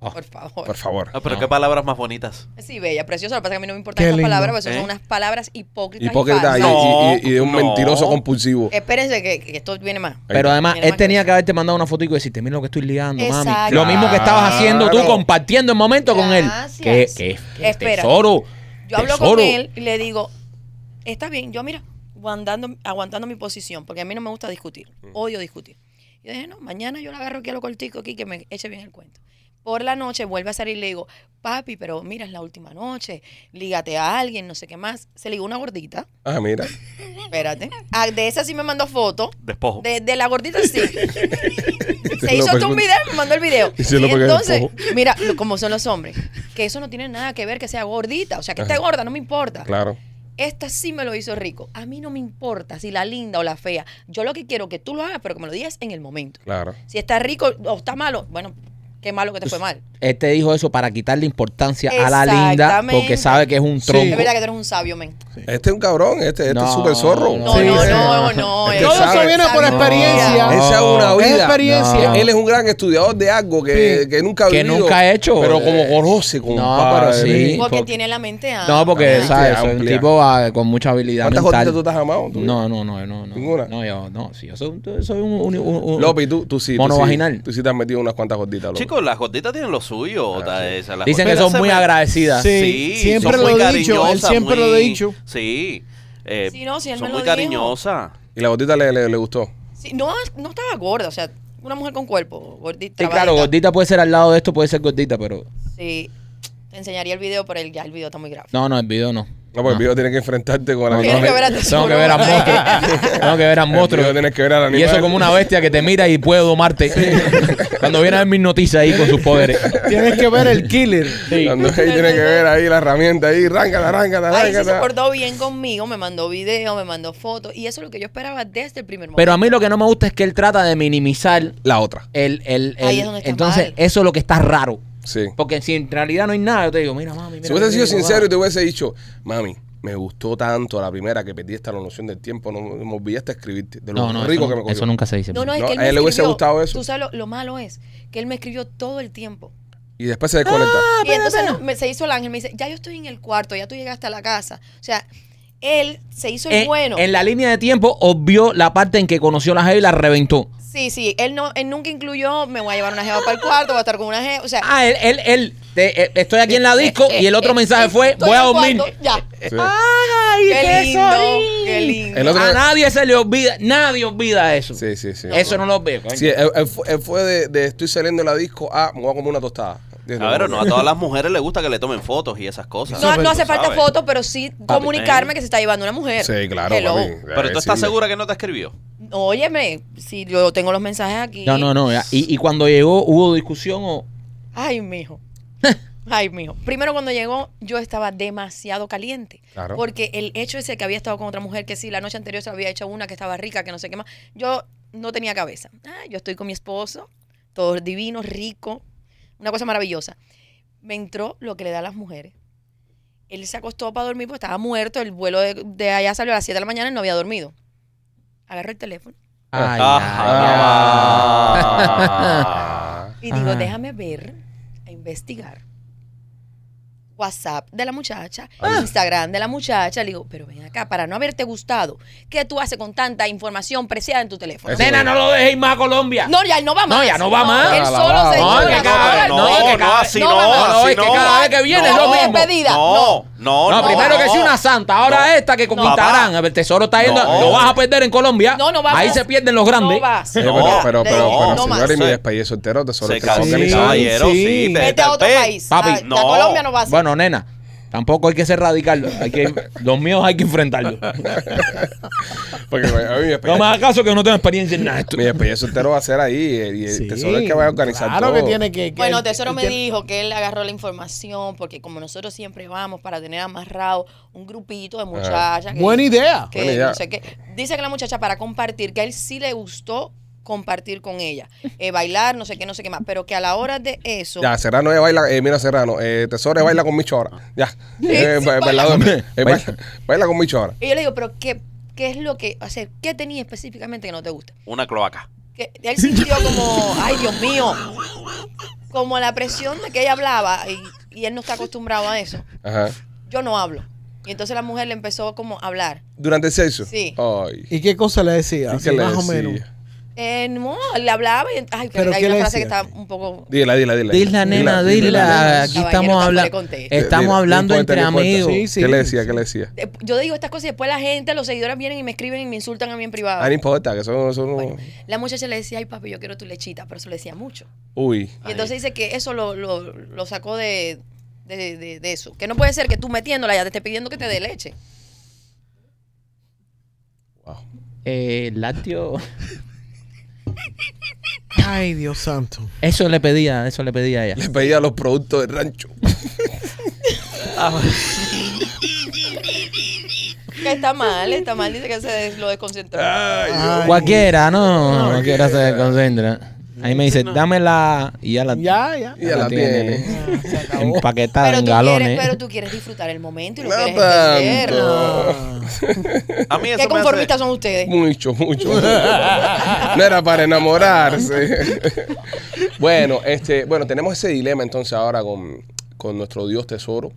S2: Ah,
S5: por favor.
S1: Por favor.
S4: No, Ah, pero qué palabras más bonitas.
S5: Sí, bella, preciosa. Lo que pasa es que a mí no me importan
S3: Qué
S5: esas
S3: lindo.
S5: palabras, porque eso
S4: ¿Eh?
S5: son unas palabras hipócritas.
S1: Hipócrita
S5: y
S1: y,
S5: falsas.
S1: y- y- y de un
S4: No.
S1: mentiroso compulsivo.
S5: Espérense que, que esto viene más.
S2: Pero además,
S5: Mira,
S2: él
S5: Marco.
S2: tenía que haberte mandado una fotico y decirte, mira lo que estoy ligando, mami.
S5: Exacto.
S2: Lo mismo que estabas haciendo tú
S1: Claro.
S2: compartiendo el momento con él. Que,
S5: Gracias.
S2: que, que
S5: Espera.
S2: tesoro.
S5: Yo hablo
S2: tesoro.
S5: con él y le digo, está bien, yo mira, aguantando, aguantando mi posición, porque a mí no me gusta discutir, odio discutir. Yo dije, no, mañana yo lo agarro aquí a lo cortico aquí que me eche bien el cuento. Por la noche vuelve a salir y le digo, papi, pero mira, es la última noche, lígate a alguien, no sé qué más. Se ligó una gordita,
S1: Ah, mira.
S5: espérate. Ah, de esa sí me mandó foto,
S4: Despojo.
S5: de, de la gordita sí.
S1: Te
S5: se
S1: lo
S5: hizo hasta un
S1: pregunto.
S5: video, me mandó el video.
S1: Y se lo
S5: Y
S1: pegué en el
S5: entonces,
S1: ojo.
S5: mira, lo- como son los hombres, que eso no tiene nada que ver que sea gordita, o sea, que esté
S1: Ajá.
S5: gorda, no me importa.
S1: Claro.
S5: Esta sí me lo hizo rico. A mí no me importa si la linda o la fea. Yo lo que quiero es que tú lo hagas, pero que me lo digas en el momento.
S1: Claro.
S5: Si está rico o está malo, bueno, qué malo que te fue mal.
S2: Él te Este dijo eso para quitarle importancia a la linda porque
S5: Exactamente.
S2: sabe que es un
S3: Sí.
S2: tronco.
S5: Es verdad que tú eres un sabio, men.
S1: Este es un cabrón, este, este es
S2: No,
S1: súper zorro.
S5: No,
S3: Sí,
S5: no,
S3: sí.
S5: no, no.
S1: Es
S5: eh.
S1: que
S3: Todo eso
S1: sabe.
S3: viene por
S5: Sabio.
S3: experiencia.
S1: Esa es una
S3: Es
S1: vida.
S3: experiencia.
S2: No.
S1: Él es un gran estudiador de algo que,
S3: Sí.
S1: que nunca ha
S2: Que
S1: vivido,
S2: nunca ha hecho.
S1: Pero como
S2: Eh,
S1: conoce,
S2: pero
S1: compadre.
S2: sí.
S5: Porque
S2: Porque-
S5: tiene la mente amplia.
S2: No, porque
S1: Ah,
S2: sabes, soy un
S1: amplia.
S2: tipo ah, con mucha habilidad
S1: ¿Cuántas
S2: mental.
S1: gorditas tú te has amado en tu vida?
S2: No, no, no, no, no.
S1: Ninguna.
S2: No, yo no, sí, yo soy un, soy un, un- un- un-
S1: López, tú, tú sí. tú
S2: mono
S1: sí,
S2: vaginal.
S1: Tú sí te has metido unas cuantas gorditas, López.
S4: Chicos, las gorditas tienen lo suyo. ta- esa, las
S2: Ah, Dicen que
S4: gorditas
S2: son
S4: se
S2: muy
S4: me-
S2: agradecidas.
S3: Sí.
S4: Sí,
S3: siempre
S4: son
S3: lo
S4: muy
S3: he dicho, él
S4: cariñosas,
S3: siempre lo he
S4: muy-
S3: dicho.
S4: Sí. eh,
S5: Sí, no, sí, él
S4: son
S5: me
S4: muy
S5: lo dijo.
S4: cariñosas.
S1: Y la gordita le, le, le gustó.
S5: Sí, no, no estaba gorda, o sea, una mujer con cuerpo, gordita.
S2: Sí, claro,
S5: trabajadita.
S2: gordita puede ser al lado de esto, puede ser gordita, pero
S5: Sí. Te enseñaría el video, pero el, ya el video está muy grave.
S2: no, no, el video no.
S1: No, porque el video tiene que enfrentarte con la
S5: Tienes que ver a tu
S2: Tengo que ver al monstruo. Tengo que ver al monstruo.
S1: El video tienes que ver al animal.
S2: Y eso como una bestia que te mira y puede domarte. Cuando viene a ver mis noticias ahí con sus poderes.
S3: Tienes que ver el killer.
S1: Cuando ahí tiene que ver ahí la herramienta ahí, rángala, rángala,
S5: Ahí sí se
S1: rángala.
S5: portó bien conmigo, me mandó video, me mandó fotos y eso es lo que yo esperaba desde el primer momento.
S2: Pero a mí lo que no me gusta es que él trata de minimizar
S1: La otra.
S2: el... el, el-
S5: Ahí es donde está
S2: entonces,
S5: mal.
S2: eso es lo que está raro.
S1: Sí.
S2: Porque si en realidad no hay nada, yo te digo, mira, mami, mira.
S1: Si hubiese sido
S2: mira, mira,
S1: sincero y
S2: mira.
S1: te hubiese dicho, mami, me gustó tanto la primera que perdí hasta la noción del tiempo, no me olvidé hasta escribirte, de lo
S2: No, no,
S1: rico
S2: eso,
S1: que me
S2: no-
S1: cogió.
S2: eso nunca se dice.
S5: no, no, es
S1: No,
S5: que él
S1: a
S5: me
S1: él le hubiese
S5: escribió-
S1: gustado eso.
S5: Tú sabes lo, lo malo es que él me escribió todo el tiempo.
S1: Y después se desconecta.
S2: Ah,
S5: Y entonces no, me- se hizo el ángel, me dice, ya yo estoy en el cuarto, ya tú llegaste a la casa. O sea, él se hizo el
S2: en,
S5: bueno.
S2: en la línea de tiempo, obvió la parte en que conoció a la jeva y la reventó.
S5: Sí, sí, él no, él nunca incluyó, me voy a llevar una jeva para el cuarto, voy a estar con una jeva. O sea,
S2: Ah, él, él, él, te- eh, estoy aquí en la disco y el otro
S5: eh,
S2: mensaje
S5: eh,
S2: fue,
S5: estoy
S2: voy a
S5: en
S2: dormir.
S5: el cuarto, Ya.
S1: Sí.
S2: Ah. Ay,
S5: Qué lindo,
S2: soy.
S5: qué lindo.
S1: El otro-
S2: A nadie se le olvida, nadie olvida eso.
S1: Sí, sí, sí.
S2: Eso no lo veo.
S1: Sí, él, él fue, él fue de, de estoy saliendo de la disco a me voy a comer una tostada.
S4: A ver, no a todas las mujeres les gusta que le tomen fotos y esas cosas.
S5: No, no
S4: Tú
S5: hace falta
S4: sabes.
S5: foto, pero sí comunicarme que se está llevando una mujer.
S1: ¿eh? Sí, claro.
S5: Hello.
S1: papi.
S4: Pero tú estás
S1: Decirle.
S4: segura que no te escribió.
S5: Óyeme, si yo tengo los mensajes aquí.
S2: No, no, no. ya. Y, y cuando llegó, hubo discusión o...
S5: Ay, mijo. Ay, mijo. Primero cuando llegó, yo estaba demasiado caliente.
S1: Claro.
S5: Porque el hecho ese que había estado con otra mujer, que sí, la noche anterior se había hecho una que estaba rica, que no sé qué más. Yo no tenía cabeza. Ah, yo estoy con mi esposo, todo divino, rico, una cosa maravillosa. Me entró lo que le da a las mujeres. Él se acostó para dormir porque estaba muerto. El vuelo de, de allá salió a las 7 de la mañana y no había dormido. Agarro el teléfono
S2: Ay,
S4: Ah.
S5: y digo,
S2: Ah.
S5: déjame ver, a investigar. WhatsApp de la muchacha,
S2: Ah.
S5: Instagram de la muchacha. Le digo, pero ven acá, para no haberte gustado, ¿qué tú haces con tanta información preciada en tu teléfono?
S1: Eso.
S2: Nena, no lo dejéis más a Colombia.
S5: No, ya él no va más.
S2: No, ya no va más.
S5: Él solo se
S1: No,
S5: echó
S1: que
S5: la
S2: cada-
S5: coca.
S2: no, que cada-
S4: así
S5: no,
S4: no,
S5: mamá.
S2: No,
S4: así
S2: es que cada vez que viene
S5: es lo mismo.
S4: No, no,
S2: No,
S4: no.
S2: primero que sí una santa, ahora
S4: No.
S2: esta que con
S4: Papá.
S2: Instagram, el tesoro está yendo,
S4: No.
S2: lo vas a perder en Colombia.
S5: No, no va
S2: Ahí
S5: más.
S2: se pierden los grandes.
S5: No vas.
S1: Eh,
S4: No,
S1: pero, pero, pero,
S5: Le digo,
S1: pero,
S5: no más.
S1: señores, mi
S4: Sí.
S1: despaís es soltero, tesoro
S4: Se
S1: que está
S3: cansó.
S4: cancela,
S1: organizado.
S3: Sí,
S4: caballero,
S3: sí.
S4: sí. te-
S5: Vete
S4: te-
S5: a otro
S4: ve.
S5: país.
S2: Papi,
S5: A- a
S4: no.
S5: Colombia no vas.
S2: Bueno, nena, tampoco hay que ser radical. Hay que, los míos hay que enfrentarlos.
S1: Porque a mí mi despaís,
S2: No me hagas caso que no tengo experiencia en nada. de esto.
S1: mi despaís es soltero va a ser ahí. eh, Y el
S3: Sí,
S1: tesoro es el que va a organizar
S3: claro
S1: todo.
S3: que tiene que... que-
S5: Bueno, Tesoro
S3: que
S5: me
S3: tiene-
S5: dijo que él agarró la información porque como nosotros siempre vamos para tener amarrado un grupito de muchachas. que-
S3: Buena idea.
S5: que
S1: Buena idea.
S5: no sé qué. Dice que la muchacha para compartir, que a él sí le gustó compartir con ella, eh, bailar, no sé qué, no sé qué más, pero que a la hora de eso...
S1: Ya, Serrano ya baila, eh, mira Serrano, eh, Tesoro ya baila con Micho ahora. Ya. Eh,
S5: sí,
S1: ba-
S5: baila.
S1: bailador, eh,
S2: Baila.
S1: baila, baila con Micho ahora.
S5: Y yo le digo, pero ¿qué, qué es lo que, o sea, qué tenía específicamente que no te gusta?
S4: Una cloaca.
S5: Que él sintió como, ay Dios mío, como la presión de que ella hablaba y, y él no está acostumbrado a eso.
S1: Ajá.
S5: Yo no hablo. Y entonces la mujer le empezó como a hablar.
S1: Durante el sexo.
S5: Sí.
S1: Ay.
S3: ¿Y qué cosa le decía?
S1: ¿Y
S3: Así,
S1: qué le
S3: más o
S1: decía?
S3: menos.
S5: Eh, no, le hablaba y ay,
S3: ¿Pero
S5: hay
S3: qué
S5: una
S3: le
S5: frase que
S3: decía?
S5: está un poco...
S1: Dila, dila, dila.
S2: Dila, nena,
S5: dila.
S2: dila. Aquí
S5: Caballero,
S2: estamos
S5: tampoco le
S2: hablando.
S5: conté.
S2: Estamos
S1: Dila,
S2: hablando
S1: no importa,
S2: entre
S1: no importa.
S2: amigos.
S3: Sí, sí,
S1: ¿Qué le decía?
S3: sí.
S1: ¿Qué le decía?
S5: Eh, Yo digo estas cosas y después la gente, los seguidores vienen y me escriben y me insultan a mí en privado.
S1: Ah, no importa, que eso, eso no.
S5: La muchacha le decía, ay papi, yo quiero tu lechita, pero eso le decía mucho.
S1: Uy.
S5: Y entonces dice que eso lo, lo, lo sacó de, de, de- de eso. Que no puede ser que tú metiéndola ya te esté pidiendo que te dé leche.
S1: Wow.
S2: Eh, lácteo.
S3: Ay, Dios santo.
S2: Eso le pedía, eso le pedía a ella.
S1: Le pedía los productos del rancho.
S5: Que está mal, está mal, dice que se des- lo desconcentró.
S1: Ay,
S2: Ah,
S3: Ay.
S2: Cualquiera, no, cualquiera se concentra. Ahí me dice, dámela y ya la,
S3: Ya, ya.
S1: Ya la tiene.
S3: Ah, se acabó.
S2: empaquetada
S5: Pero
S2: en
S5: tú,
S2: galones.
S5: quieres, pero tú quieres disfrutar el momento y lo
S1: No
S5: quieres
S1: tanto.
S5: entender.
S3: Ah.
S4: A mí eso me
S5: ¿Qué
S4: hace-
S5: conformistas son ustedes?
S1: Mucho, mucho. no era para enamorarse. bueno, este, bueno, tenemos ese dilema entonces ahora con, con nuestro Dios tesoro.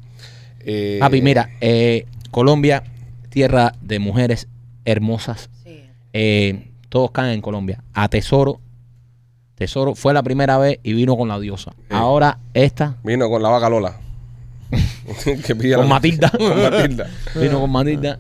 S1: Eh,
S2: Papi, mira, eh, Colombia, tierra de mujeres hermosas.
S5: Sí.
S2: Eh, todos caen en Colombia. A Tesoro. Tesoro fue la primera vez y vino con la diosa. Ahora esta,
S1: Vino con la vaca Lola. que pide
S2: con Matilda.
S1: Con Matilda.
S2: vino con Matilda.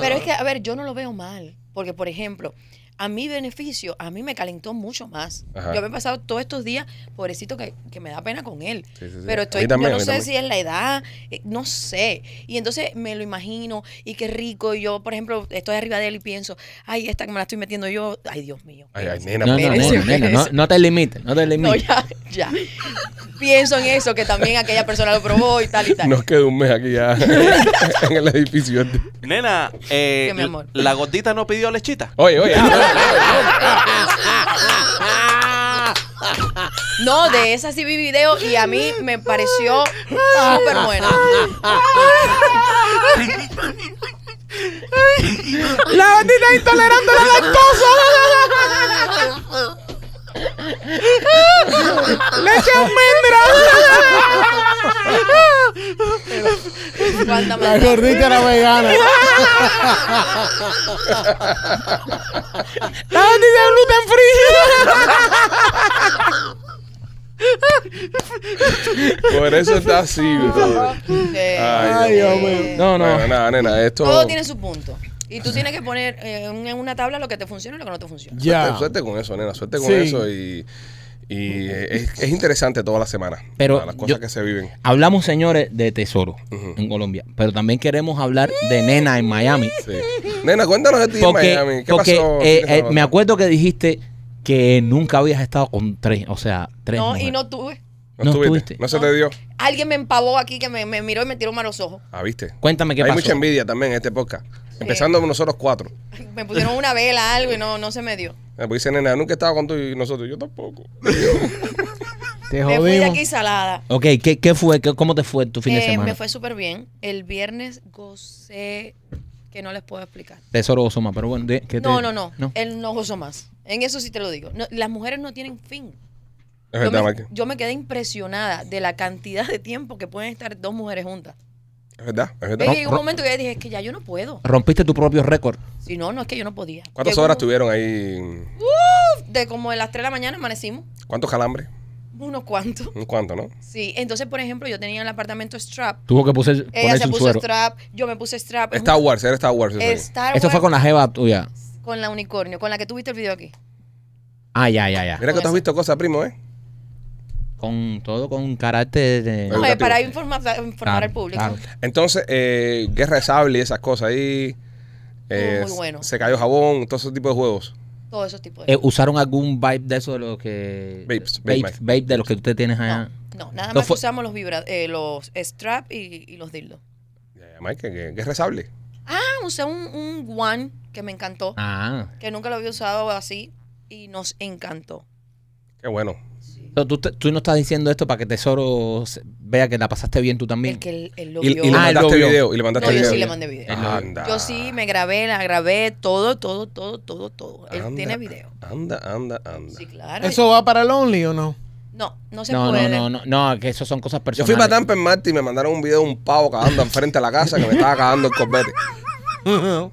S5: Pero es que, a ver, yo no lo veo mal. Porque, por ejemplo, a mi beneficio, a mí me calentó mucho más.
S1: Ajá.
S5: Yo me he pasado todos estos días, pobrecito, que, que me da pena con él.
S1: Sí, sí, sí.
S5: Pero
S1: A mí
S5: estoy,
S1: también,
S5: yo
S1: a
S5: no
S1: mí
S5: sé
S1: también.
S5: si es la edad, eh, no sé. Y entonces me lo imagino y qué rico. Y yo, por ejemplo, estoy arriba de él y pienso, ay, esta que me la estoy metiendo yo, ay, Dios mío.
S1: Ay, ay,
S2: No,
S1: nena,
S2: no,
S1: por favor.
S5: Espérese,
S2: nena, nena, no,
S5: espérese.
S2: no te limites, no te
S5: No,
S2: limites.
S5: ya, ya. Pienso en eso, que también aquella persona lo probó y tal y tal.
S1: Nos quedó un mes aquí ya en el edificio. este.
S4: Nena, eh,
S5: Que mi amor.
S4: la gordita no pidió lechita.
S1: Oye, ah, oye.
S5: No, de esa sí vi video y a mí me pareció súper buena.
S2: La bandita intolerante a la lactosa. Leche almendra.
S5: Cuánta
S3: La
S5: maldad.
S3: gordita era vegana.
S2: La bandita gluten free.
S1: Por eso está así, bro.
S5: Eh,
S1: Ay,
S3: Dios mío.
S5: eh,
S2: No, no.
S1: Bueno, nada, nena, esto.
S5: Todo tiene su punto. Y tú tienes que poner eh, en una tabla lo que te funciona y lo que no te funciona.
S3: Ya.
S1: Suerte, suerte con eso, nena, suerte con
S3: Sí.
S1: eso y. y es, es interesante toda la semana.
S2: Pero
S1: todas las cosas
S2: yo-
S1: que se viven.
S2: Hablamos, señores, de tesoro en Colombia, pero también queremos hablar de nena en Miami.
S1: Sí. Nena, cuéntanos de ti en
S2: Porque,
S1: Miami. ¿Qué
S2: porque
S1: pasó?
S2: eh,
S1: ¿Qué
S2: eh,
S1: pasó?
S2: me acuerdo que dijiste que nunca habías estado con tres, o sea, tres.
S5: No, y
S2: mujeres.
S5: no tuve.
S1: no,
S2: no
S1: estuviste.
S2: estuviste.
S1: No se
S5: No.
S1: te dio.
S5: Alguien me empavó aquí que me, me miró y me tiró malos ojos.
S1: Ah, viste.
S2: Cuéntame qué
S1: Hay
S2: pasó.
S1: mucha envidia también en este podcast. Empezando con nosotros cuatro.
S5: Me pusieron una vela, algo y no, no se me dio.
S1: Eh, Porque dice, nena, nunca estaba con tú y nosotros. Yo tampoco.
S3: Te
S5: Me fui de
S3: jodimos.
S5: aquí salada.
S2: Ok, ¿qué, qué fue? ¿Qué- ¿Cómo te fue tu fin de
S5: Eh,
S2: semana?
S5: me fue súper bien. El viernes gocé que no les puedo explicar.
S2: Tesoro Osoma, pero bueno. de- ¿qué te-
S5: No, no, no, Él no gozó más. En eso sí te lo digo. No, las mujeres no tienen fin.
S1: Es
S5: yo,
S1: verdad,
S5: me,
S1: Mike.
S5: yo me quedé impresionada de la cantidad de tiempo que pueden estar dos mujeres juntas.
S1: Es verdad, es verdad.
S5: Baby, llegó un
S2: ro-
S5: momento que yo dije, es que ya yo no puedo.
S2: Rompiste tu propio récord.
S5: Si no, no es que yo no podía.
S1: ¿Cuántas
S5: Llegó un-
S1: horas tuvieron ahí?
S5: De como de las 3 de la mañana amanecimos.
S1: ¿Cuántos calambres?
S5: Unos cuantos.
S1: ¿Un cuánto, no?
S5: Sí, entonces, por ejemplo, yo tenía en el apartamento strap.
S2: Tuvo que poner,
S5: Ella
S2: ponerse
S5: se
S2: un
S5: puso
S2: suero.
S5: strap, yo me puse strap. Es
S1: Star
S5: un-
S1: Wars, era Star Wars. eso ahí.
S5: Star
S2: Esto fue
S5: Wars
S2: con la jeva tuya.
S5: con la unicornio, con la que tuviste el video aquí.
S2: Ah, ya, ya, ya.
S1: Mira que tú
S5: Con
S1: has
S5: esa.
S1: visto cosas, primo, ¿eh?
S2: Con todo con carácter de...
S1: Educativo.
S5: Oye, para informar, informar al público.
S2: Ah, Claro,
S1: Entonces, eh, Guerra de Sable y esas cosas ahí. eh,
S5: Muy bueno.
S1: Se cayó jabón, todo ese tipo de juegos.
S5: Todos esos tipos de
S2: Eh, ¿Usaron algún vibe de eso de los que...
S1: Vapes, vape,
S2: vape,
S1: Mike.
S2: vape de los que usted tienes allá?
S5: No, no, nada
S2: No
S5: más
S2: fue-
S5: usamos los vibra eh, los strap y, y los dildos.
S1: Ya, ya, Mike, que- Guerra de Sable.
S5: Ah, usé un, un one que me encantó,
S2: Ah.
S5: que nunca lo había usado así y nos encantó.
S1: Qué bueno.
S2: Pero tú, te- tú no estás diciendo esto para que Tesoro se- vea que la pasaste bien tú también.
S5: El que él, él lo
S1: Y,
S5: vio.
S1: y le
S2: Ah, él lo
S1: mandaste
S2: vio.
S1: video. Y le mandaste
S5: no, yo
S1: video. Ah,
S5: sí le mandé video.
S1: Anda.
S5: Yo sí me grabé, la grabé, todo, todo, todo, todo, todo. Él
S1: Anda,
S5: tiene video.
S1: Anda, anda, anda.
S5: Sí, claro.
S3: ¿Eso va para el Only o no?
S5: No, no se
S2: no, no,
S5: puede.
S2: no, no, no, que eso son cosas
S1: Yo
S2: personales.
S1: fui para Tampa en Marte y me mandaron un video de un pavo cagando enfrente de la casa que me estaba cagando el corbete. Eso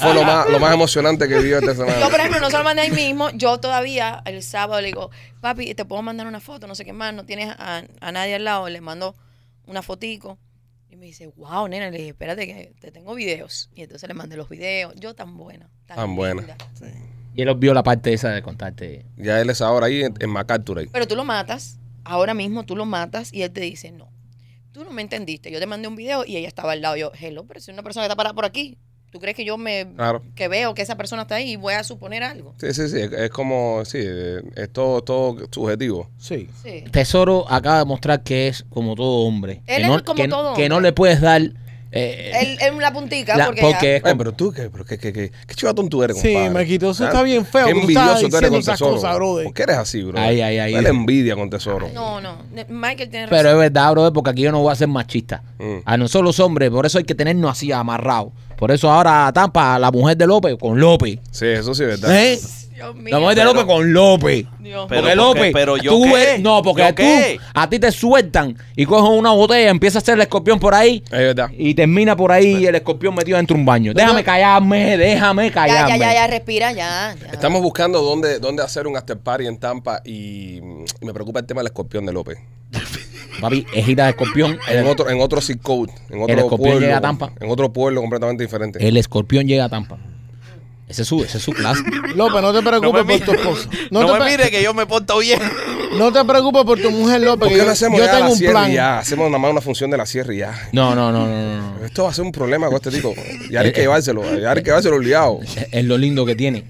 S1: fue lo más, lo más emocionante que vi esta semana.
S5: Yo, por ejemplo, no se lo mandé ahí mismo. Yo todavía, el sábado, le digo, papi, te puedo mandar una foto, no sé qué más, no tienes a, a nadie al lado. Le mando una fotico. Y me dice, wow, nena. Le dije, espérate que te tengo videos. Y entonces le mandé los videos. Yo tan buena. Tan,
S1: Tan buena.
S5: linda.
S2: Y él obvió la parte esa de contarte.
S1: Ya él es ahora ahí en, en MacArthur. Ahí.
S5: Pero tú lo matas, ahora mismo tú lo matas y él te dice, no, tú no me entendiste. Yo te mandé un video y ella estaba al lado. Yo, hello, pero si una persona que está parada por aquí, ¿tú crees que yo me...
S1: Claro.
S5: que veo que esa persona está ahí y voy a suponer algo?
S1: Sí, sí, sí. Es, es como, sí, eh, es todo, todo subjetivo.
S3: Sí.
S5: Sí.
S2: Tesoro acaba de mostrar que es como todo hombre.
S5: Él
S2: que
S5: es
S2: no,
S5: como
S2: que-
S5: todo
S2: Que no
S5: hombre.
S2: le puedes dar. eh,
S5: Él, él la puntica
S2: la-
S5: porque, ya-
S2: porque es
S1: Eh,
S2: como-
S1: pero tú, ¿qué, pero qué, qué, qué, qué chivatón tú eres,
S3: Em, Sí,
S1: compadre?
S3: Maquito, eso
S1: Ah,
S3: está bien feo,
S1: Qué
S3: que tú
S1: envidioso
S3: estabas
S1: tú eres
S3: diciendo
S1: con
S3: esas
S1: Tesoro.
S3: cosas, brother.
S1: ¿Por qué eres así, bro?
S2: Ay, ay, ay.
S1: Dale envidia con Tesoro.
S5: No, no. ne- Michael tiene
S2: pero es
S5: razón.
S2: verdad, bro, porque aquí yo no voy a ser machista.
S1: Mm.
S2: A nosotros los hombres, por eso hay que tenernos así amarrados. Por eso ahora Tampa, la mujer de López, con López.
S1: Sí, eso sí es verdad.
S2: ¿Eh?
S5: Dios mío.
S2: La mujer de
S4: Pero-
S2: López con López.
S5: Dios.
S4: Pero-
S2: porque
S4: ¿por qué?
S2: López,
S4: ¿Pero yo
S2: tú
S4: qué?
S2: eres- no, porque
S4: ¿Yo
S2: tú,
S4: qué?
S2: a ti te sueltan y cogen una botella, empieza a hacer el escorpión por ahí
S1: Es verdad.
S2: y termina por ahí el escorpión metido dentro de un baño. Déjame callarme, déjame
S5: Ya,
S2: callarme.
S5: ya, ya, ya, respira, ya. ya.
S1: Estamos buscando dónde, dónde hacer un after party en Tampa y, mm, y me preocupa el tema del escorpión de López.
S2: Papi, ejita de escorpión.
S1: En
S2: El,
S1: otro, en otro zip code, en otro
S2: escorpión
S1: pueblo.
S2: llega a Tampa.
S1: En otro pueblo completamente diferente.
S2: el escorpión llega a Tampa. Ese es su, ese es su clase.
S3: López, no te preocupes
S4: me
S3: por tu
S4: mire-
S3: esposa.
S4: No,
S3: te
S4: me
S3: pre-
S4: mire que yo me porto bien.
S3: no te preocupes por tu mujer, López.
S1: ¿Por
S3: que
S1: qué
S3: yo,
S1: no hacemos
S3: yo
S1: ya
S3: tengo
S1: la
S3: un
S1: sierra
S3: plan.
S1: y ya? Hacemos nada más una función de la sierra y ya.
S2: No, no, no, no, no. no.
S1: Esto va a ser un problema con este tipo. Ya
S3: Eh,
S1: hay que llevárselo, ya hay que llevárselo obligado.
S2: Es, es lo lindo que tiene.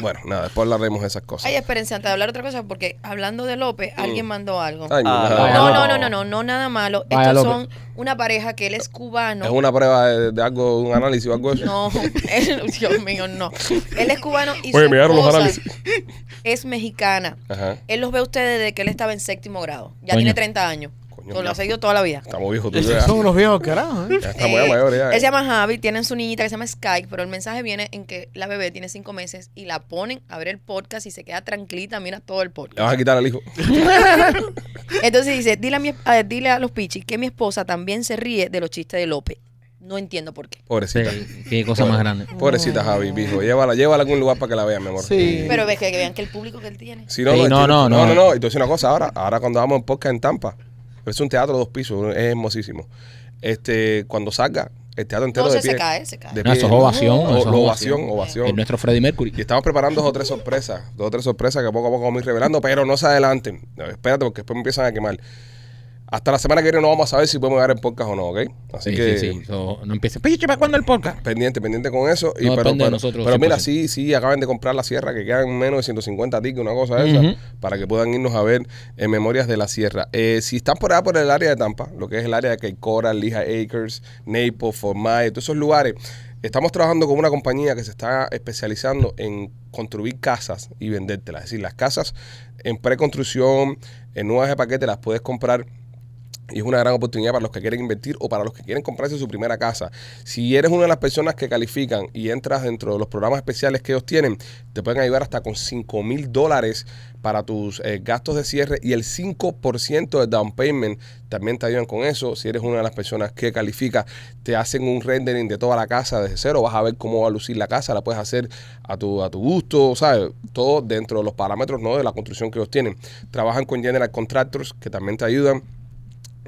S1: Bueno, nada, después hablaremos de esas cosas.
S5: Ay, espérense, antes de hablar otra cosa, porque hablando de
S1: Mm.
S5: López, alguien mandó algo.
S1: Ay, mi
S4: Ah,
S1: madre.
S2: vaya
S5: No,
S2: López.
S5: no, no, no, no, no, nada malo.
S2: Vaya
S5: Estos
S2: López.
S5: son una pareja que él es cubano.
S1: Es una prueba de, de algo, un análisis o algo de eso.
S5: No, él- Dios mío, no. Él es cubano y
S1: Oye,
S5: su
S1: me llegaron los
S5: esposa
S1: análisis.
S5: es mexicana.
S1: Ajá.
S5: Él los ve a ustedes desde que él estaba en séptimo grado. Ya
S2: Coño.
S5: tiene 30 años.
S1: Coño,
S5: Lo
S1: mira.
S5: ha seguido toda la vida.
S1: Estamos viejos tú ya.
S3: Son unos viejos carajos. ¿eh?
S1: Ya estamos ya
S5: Eh,
S1: mayores ya.
S5: Él se llama Javi, tienen su niñita que se llama Sky, pero el mensaje viene en que la bebé tiene cinco meses y la ponen a ver el podcast y se queda tranquilita, mira todo el podcast.
S1: Le vas a quitar al hijo.
S3: ¿eh?
S5: Entonces dice, dile a, mi, a- dile a los pichis que mi esposa también se ríe de los chistes de López. No entiendo por qué.
S1: Pobrecita.
S2: Qué cosa más grande.
S1: Pobrecita Javi, hijo. Llévala, llévala a algún lugar para que la vean, mi amor.
S3: Sí.
S5: Pero ves que, que vean que el público que él tiene.
S1: Si no,
S2: Sí,
S1: no,
S2: no,
S1: estoy-
S2: no,
S1: no,
S2: no.
S1: no, Y te voy a decir una cosa ahora. Ahora cuando vamos en podcast en Tampa, es un teatro de dos pisos, es hermosísimo. Este, cuando salga, el teatro entero
S5: No,
S1: de
S5: se-
S1: pie.
S5: se cae, se cae.
S1: De
S2: No,
S1: pie.
S2: eso es ovación,
S1: O-
S2: eso es
S1: lo ovación,
S2: ovación.
S1: ovación.
S2: Es nuestro Freddie Mercury.
S1: Y estamos preparando dos o tres sorpresas, dos o tres sorpresas que poco a poco vamos a ir revelando, pero no se adelanten. No, espérate porque después me empiezan a quemar. Hasta la semana que viene no vamos a saber si podemos ver el podcast o no, ¿ok? Así
S2: Sí,
S1: que
S2: sí, sí. So, no empieces. Pichi, ¿para cuándo el podcast?
S1: pendiente, pendiente con eso. Y
S2: No
S1: pero,
S2: depende de
S1: pero-
S2: nosotros,
S1: pero mira,
S2: 100%.
S1: sí, sí, acaban de comprar la sierra, que quedan menos de 150 tickets, una cosa de
S2: Ujú.
S1: esa, para que puedan irnos a ver en Memorias de la Sierra. Eh, si están por allá por el área de Tampa, lo que es el área de Keikora, Lija Acres, Naples, Fort Myers, todos esos lugares, estamos trabajando con una compañía que se está especializando en construir casas y vendértelas. Es decir, las casas en preconstrucción, en nuevas de paquete, las puedes comprar. Y es una gran oportunidad para los que quieren invertir o para los que quieren comprarse su primera casa. Si eres una de las personas que califican y entras dentro de los programas especiales que ellos tienen, te pueden ayudar hasta con 5 mil dólares para tus eh, gastos de cierre y el 5% de down payment también te ayudan con eso. Si eres una de las personas que califica, te hacen un rendering de toda la casa desde cero. Vas a ver cómo va a lucir la casa. La puedes hacer a tu, a tu gusto, ¿sabes? Todo dentro de los parámetros ¿no? de la construcción que ellos tienen. Trabajan con General Contractors que también te ayudan.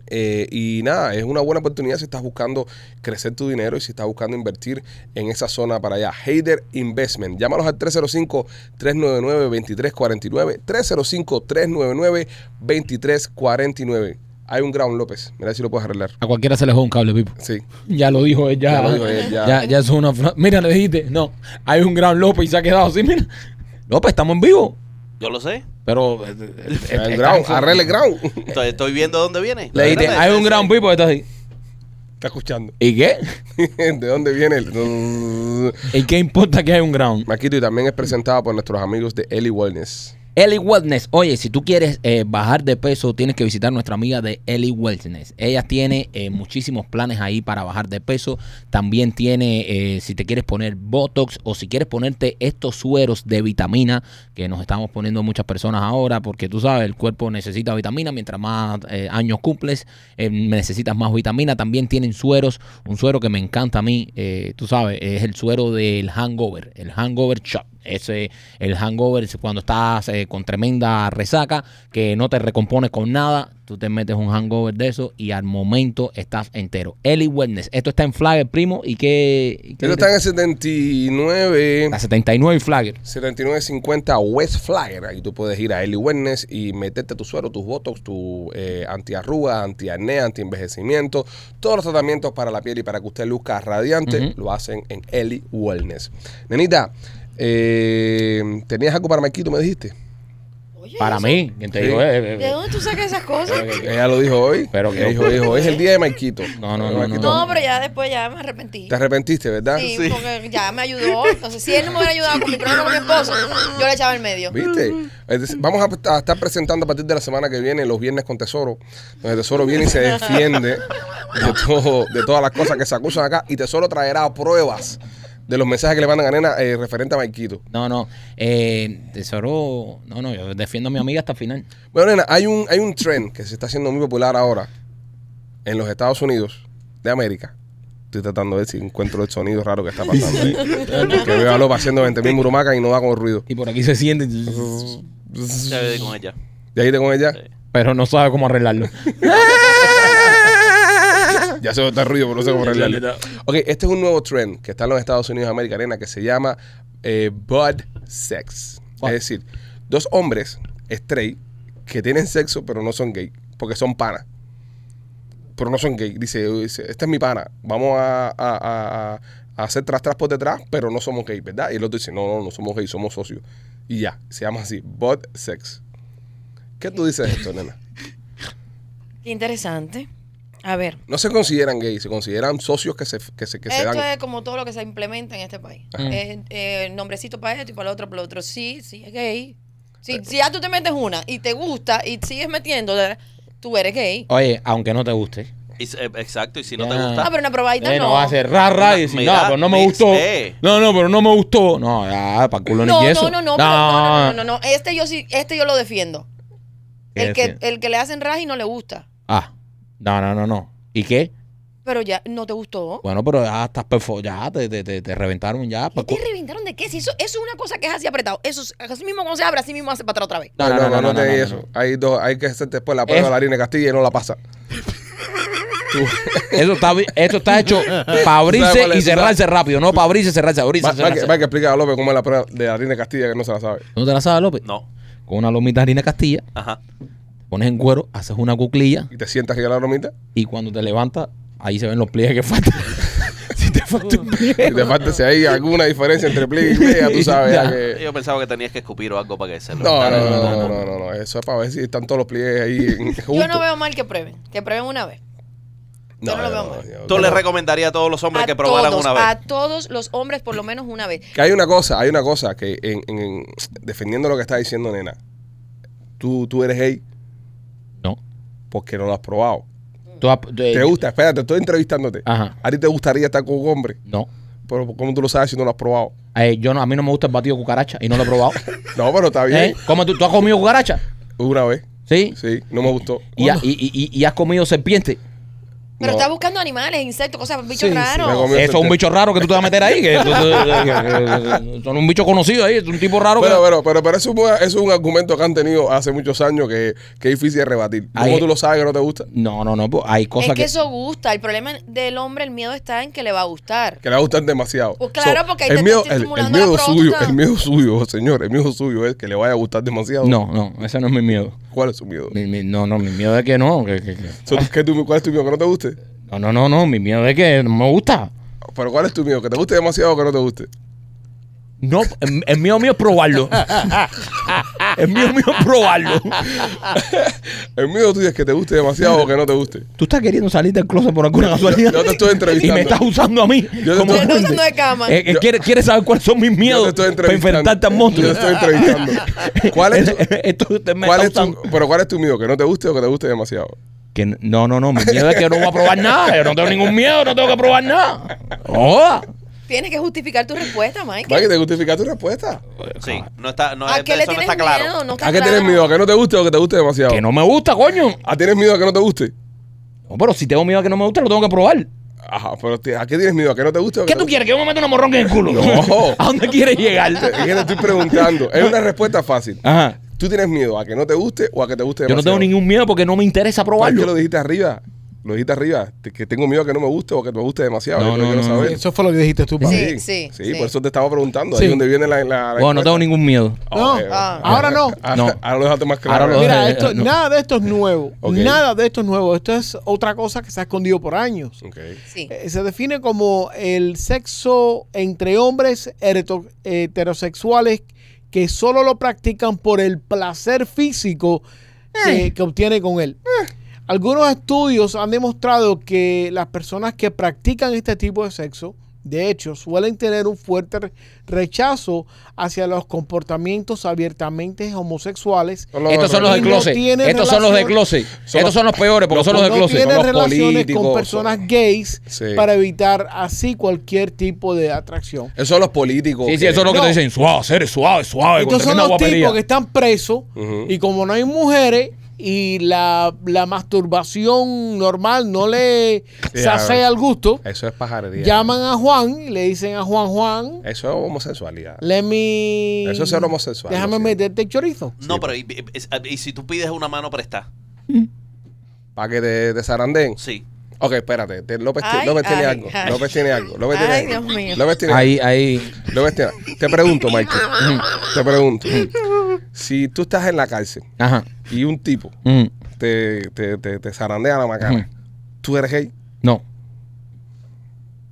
S1: Eh, y nada, es una buena oportunidad si estás buscando crecer tu dinero y si estás buscando invertir en esa zona para allá. Hader Investment. Llámalos al 305-399-2349. 305-399-2349. Hay un ground, López. Mira si lo puedes arreglar.
S2: A cualquiera se le juega un cable, Pipo.
S1: Sí.
S2: Ya lo dijo él, ya.
S1: Ya lo dijo él, ya.
S2: Ya, ya es una fra- Mira, le dijiste, no, hay un gran López y se ha quedado así, mira. López, estamos en vivo.
S4: Yo lo sé.
S2: Pero. eh,
S1: El ground. Arregle el ground.
S4: Estoy, estoy viendo dónde viene.
S2: Le dijiste, hay un gran Pipo que está así.
S1: Está escuchando.
S2: ¿Y qué?
S1: ¿De dónde viene el...?
S2: ¿Y qué importa que hay un ground?
S1: Maquito, y también es presentado por nuestros amigos de Eli Wellness.
S2: Ellie Wellness. Oye, si tú quieres eh, bajar de peso, tienes que visitar nuestra amiga de Ellie Wellness. Ella tiene eh, muchísimos planes ahí para bajar de peso. También tiene, eh, si te quieres poner Botox o si quieres ponerte estos sueros de vitamina que nos estamos poniendo muchas personas ahora, porque tú sabes, el cuerpo necesita vitamina. Mientras más eh, años cumples, eh, necesitas más vitamina. También tienen sueros. Un suero que me encanta a mí, eh, tú sabes, es el suero del hangover, el hangover shot. Ese, el hangover es cuando estás eh, con tremenda resaca, que no te recompones con nada, tú te metes un hangover de eso y al momento estás entero. Eli Wellness, esto está en Flagger, primo, y que... y que-
S1: Ellos están en el 79...
S2: la 79 y Flagger.
S1: 7950 West Flyer. Ahí tú puedes ir a Eli Wellness y meterte tu suero, tus botox, tu eh, antiarruga, antiacné, antienvejecimiento. Todos los tratamientos para la piel y para que usted luzca radiante
S2: Ujú.
S1: lo hacen en Eli Wellness. Nenita, eh, ¿tenías algo para Marquito? Me dijiste.
S5: Oye,
S2: Para
S5: eso-
S2: mí, quien te digo, eh, eh,
S5: ¿De
S2: eh,
S5: dónde tú sacas esas cosas?
S1: Ella lo dijo hoy.
S2: Pero que-
S1: dijo, dijo, hoy es el día de Marquito.
S2: No, no, no,
S1: Marquito,
S5: No, pero ya después ya me arrepentí.
S1: Te arrepentiste, ¿verdad?
S5: Sí,
S4: Sí.
S5: porque ya me ayudó. Entonces, si él no me hubiera ayudado con mi problema con mi esposo, yo le echaba en medio.
S1: ¿Viste? Entonces, Vamos a, a estar presentando a partir de la semana que viene los viernes con Tesoro, donde Tesoro viene y se defiende de, todo, de todas las cosas que se acusan acá y Tesoro traerá pruebas de los mensajes que le mandan a Nena eh, referente a Marquito.
S2: No, no, eh, tesoro, no, no, yo defiendo a mi amiga hasta el final.
S1: Bueno, Nena, hay un, hay un trend que se está haciendo muy popular ahora en los Estados Unidos de América. Estoy tratando de ver si encuentro el sonido raro que está pasando ahí. que veo a López haciendo 20.000 murumacas y no va con el ruido.
S2: Y por aquí se siente,
S4: Ya viví con ella.
S1: Y ahí te con ella.
S2: pero no sabe cómo arreglarlo.
S1: Ya se está ruido, pero no sé cómo
S6: Ya, ya,
S1: arreglarle.
S6: ya.
S1: Ok, este es un nuevo trend que está en los Estados Unidos de América Arena que se llama eh, Bud Sex.
S2: Bud.
S1: Es decir, dos hombres straight que tienen sexo pero no son gay porque son panas. Pero no son gay. Dice, dice, este es mi pana. Vamos a, a- a- a- a hacer tras tras por detrás, pero no somos gay, ¿verdad? Y el otro dice, no, no, no somos gay, somos socios. Y ya, se llama así, Bud Sex. ¿Qué tú dices de esto, nena?
S5: Qué interesante. A ver.
S1: No se consideran gays, se consideran socios que se, que se, que se
S5: esto
S1: dan.
S5: es como todo lo que se implementa en este país.
S2: Ajá.
S5: Eh, eh, nombrecito para esto y para lo otro, para lo otro. Sí, sí, es gay. Sí, si ya tú te metes una y te gusta y sigues metiendo, tú eres gay.
S2: Oye, aunque no te guste.
S4: Y s- eh, exacto, y si no te
S2: Ya.
S4: gusta.
S5: Ah, pero una probadita
S2: Eh,
S5: no.
S2: no va a ser ra, ra y decir,
S4: Mira,
S2: no, pero no me
S4: mira,
S2: gustó.
S4: eh.
S2: No, no, pero no me gustó. No, ya, para culo
S5: No,
S2: ni
S5: no,
S2: eso.
S5: no, no, pero no, no, no, no, no. Este yo sí, este yo lo defiendo.
S2: ¿Qué
S5: El que,
S2: defiende?
S5: el que le hacen raja y no le gusta.
S2: Ah, no, no, no, no. ¿Y qué?
S5: Pero ya, ¿no te gustó?
S2: Bueno, pero ya estás perfo, ya te, te, te, te reventaron ya.
S5: ¿Y
S2: pa'
S5: te
S2: cu-
S5: reventaron de qué? Si eso, eso es una cosa que es así apretado. Eso es, así mismo cuando se abre, así mismo hace para atrás otra vez.
S1: No, no, no, no, te
S2: no,
S1: di
S2: no.
S1: eso. Hay, dos, hay que hacer después la prueba
S2: Es-
S1: de la harina de Castilla y no la pasa.
S2: Eso está, bi- esto está hecho para
S1: ¿Sabes cuál
S2: abrirse
S1: es?
S2: y
S1: ¿Tú sabes?
S2: cerrarse rápido, no para abrirse, cerrarse, abrirse,
S1: Va, va que,
S2: cerrarse.
S1: va que explicar a López cómo es la prueba de la harina de Castilla que no se la sabe.
S2: ¿No te la sabes, López?
S4: No.
S2: Con una lomita de harina castilla,
S4: Ajá.
S2: te pones en cuero, haces una cuclilla
S1: Y te sientas arriba de la bromita
S2: y cuando te levantas, ahí se ven los pliegues que faltan. si te falta un pliegue.
S1: y te falta si hay alguna diferencia entre pliegue y pliegue, ya tú sabes. ya
S2: Ya.
S1: que-
S4: Yo pensaba que tenías que escupir o algo para que se
S1: No, no,
S4: reventara.
S1: no, no, no, no, no. Eso es para ver si están todos los pliegues ahí en-
S5: Yo
S1: juntos.
S5: no veo mal que prueben. Que prueben una vez. yo no lo veo mal.
S1: yo-
S4: Tú le
S1: no.
S4: recomendarías a todos los hombres
S5: a
S4: que probaran
S5: todos,
S4: una vez.
S5: A todos los hombres por lo menos una vez.
S1: Que hay una cosa, hay una cosa que en, en- en- defendiendo lo que está diciendo nena, tú, tú eres gay
S2: No.
S1: porque no lo has probado.
S2: Tú ap- eh,
S1: Te gusta, espérate, estoy entrevistándote.
S2: Ajá.
S1: A ti te gustaría estar con un hombre,
S2: No.
S1: pero ¿cómo tú lo sabes si no lo has probado?
S2: Eh, yo no, a mí no me gusta el batido de cucaracha y no lo he probado.
S1: No, pero está bien.
S2: ¿Eh? ¿Cómo tú, tú has comido cucaracha?
S1: Una vez,
S2: ¿Sí?
S1: sí, no me gustó.
S2: Y, ha- y- y- y- y has comido serpiente.
S5: Pero
S1: No.
S5: está buscando animales, insectos, cosas, bichos
S1: Sí, sí, me
S5: raros.
S1: comí-
S2: Eso
S1: Comido
S2: es un
S1: serpiente.
S2: bicho raro que tú te vas a meter ahí. que- eh, que- que- eh, son un bicho conocido ahí. Es un tipo raro. que-
S1: Pero, pero, pero, pero eso, es un- eso es un argumento que han tenido hace muchos años que, que es difícil de rebatir. ¿Cómo
S2: Ahí-
S1: tú lo sabes que no te gusta?
S2: No, no, no. pues, hay
S5: es
S2: cosas
S5: que, eso gusta. El problema del hombre, el miedo está en que le va a gustar.
S1: Que le gustan demasiado.
S5: Pues claro, porque ahí
S1: el
S5: te
S1: miedo, el,
S5: estás
S1: el
S5: estimulando la
S1: miedo suyo,
S5: próstata.
S1: el miedo suyo, señor, el miedo suyo es que le vaya a gustar demasiado.
S2: No, no. Ese no es mi miedo.
S1: ¿Cuál es su miedo?
S2: Mi- mi- no, no. Mi miedo es que no. que- que- que-
S1: So, ¿qué tú- ¿Cuál es tu miedo que no te guste?
S2: no, no, no, no. Mi miedo es que no me gusta.
S1: Pero ¿cuál es tu miedo? ¿Que te guste demasiado o que no te guste?
S2: No, el, el miedo mío es probarlo. el miedo mío es probarlo.
S1: El miedo tuyo es que te guste demasiado o que no te guste.
S2: Tú estás queriendo salir del closet por alguna casualidad.
S1: yo te estoy entrevistando.
S2: Y me estás usando a mí.
S1: te
S2: como
S1: estoy-
S5: Estoy
S2: puente.
S5: usando de cama.
S2: Eh, eh, ¿quieres, quieres saber cuáles son mis
S1: Yo te
S2: miedos
S1: estoy
S2: para
S1: entrevistando.
S2: enfrentarte al monstruo?
S1: Yo te estoy entrevistando. ¿Cuál es tu,
S2: Esto usted me
S1: cuál
S2: está
S1: es tu-
S2: usando.
S1: pero ¿cuál es tu miedo? ¿Que no te guste o que te guste demasiado?
S2: Que n- no, no, no. Mi miedo es que no voy a probar nada. Yo no tengo ningún miedo, no tengo que probar nada. Oh.
S5: Tienes que justificar tu respuesta, Mike.
S1: Va que te justifica tu respuesta.
S4: Sí, no está, no,
S5: ¿A
S4: este, eso
S5: qué le
S4: no
S5: tienes
S4: está claro.
S5: miedo? No está
S1: ¿A qué tienes
S5: claro.
S1: miedo? ¿A que no te guste o que te guste demasiado?
S2: Que no me gusta, coño.
S1: ¿A tienes miedo a que no te guste?
S2: No, pero si tengo miedo a que no me guste, lo tengo que probar.
S1: Ajá, pero te- ¿a qué tienes miedo? ¿A que no te guste o que
S2: ¿Qué
S1: te
S2: tú
S1: guste?
S2: quieres? ¿Que yo me meta una morronga en el culo?
S1: No.
S2: ¿A dónde quieres llegar?
S1: Es que te estoy preguntando. Es una respuesta fácil.
S2: Ajá.
S1: ¿Tú tienes miedo a que no te guste o a que te guste
S2: Yo no
S1: demasiado?
S2: tengo ningún miedo porque no me interesa
S1: ¿Por qué lo
S2: probarlo.
S1: dijiste arriba? Lo dijiste arriba. Te- Que tengo miedo a que no me guste o que me guste demasiado.
S2: No,
S1: Yo
S2: no,
S1: quiero
S2: no,
S1: saber.
S3: Eso fue lo que dijiste tú, papi.
S5: Sí.
S1: Sí, sí, por eso te estaba preguntando. Ahí
S3: Sí.
S1: es donde viene la. la, la
S2: Bueno, no tengo ningún miedo.
S3: No,
S1: eh,
S5: ah.
S3: ahora no.
S1: Ahora,
S2: No.
S1: ahora lo dejaste más claro.
S2: Ahora lo-
S1: Mira.
S3: Mira,
S2: Eh,
S3: esto,
S2: no.
S3: nada de esto es nuevo.
S1: Ok.
S3: Nada de esto es nuevo. Esto es otra cosa que se ha escondido por años.
S1: Ok.
S5: Sí.
S3: Eh, se define como el sexo entre hombres hereto- heterosexuales que solo lo practican por el placer físico que, que obtiene con él. Algunos estudios han demostrado que las personas que practican este tipo de sexo, de hecho, suelen tener un fuerte re- rechazo hacia los comportamientos abiertamente homosexuales.
S1: Son los
S2: Estos son los
S1: otros.
S2: de
S3: Y no
S2: closet.
S3: tiene
S2: Estos son los de
S3: relación-
S2: closet.
S1: Son
S2: Estos
S1: los-
S2: son los peores porque
S1: los-
S2: son los de
S3: no
S2: closet.
S3: tiene
S1: son los
S3: relaciones
S1: políticos,
S3: con personas
S1: son-
S3: gays
S1: Sí.
S3: para evitar así cualquier tipo de atracción.
S1: Esos son los políticos.
S2: Sí, sí, eso es lo que te dicen. Suave, eres suave, suave.
S3: Estos
S2: con
S3: son
S2: tremenda
S3: los tipos que
S2: guapería.
S3: están presos
S1: Ujú.
S3: y como no hay mujeres y la, la masturbación normal no le
S1: Sí,
S3: sacea
S1: a ver.
S3: el gusto,
S2: Eh,
S1: Eso es pajarería.
S3: llaman a Juan y le dicen a Juan, Juan,
S2: Eh,
S1: Eso es homosexualidad.
S3: let me...
S1: Eso es ser homosexual,
S3: Déjame
S1: lo siento.
S3: meterte el chorizo.
S4: No, pero y, y- y- y si tú pides una mano prestada,
S1: Para que te, te zarandeen.
S4: sí.
S1: Ok, espérate. te- López, ti-
S5: Ay,
S1: López tiene
S5: ay,
S1: algo.
S5: ay.
S1: López tiene algo. López tiene
S5: Ay,
S1: algo.
S5: Dios mío.
S1: López tiene
S2: Ahí, ahí.
S1: López tiene Te pregunto, Michael. te pregunto. si tú estás en la cárcel
S2: Ajá.
S1: y un tipo
S2: Mm.
S1: te, te, te, te zarandea la macana, tú eres gay,
S2: No.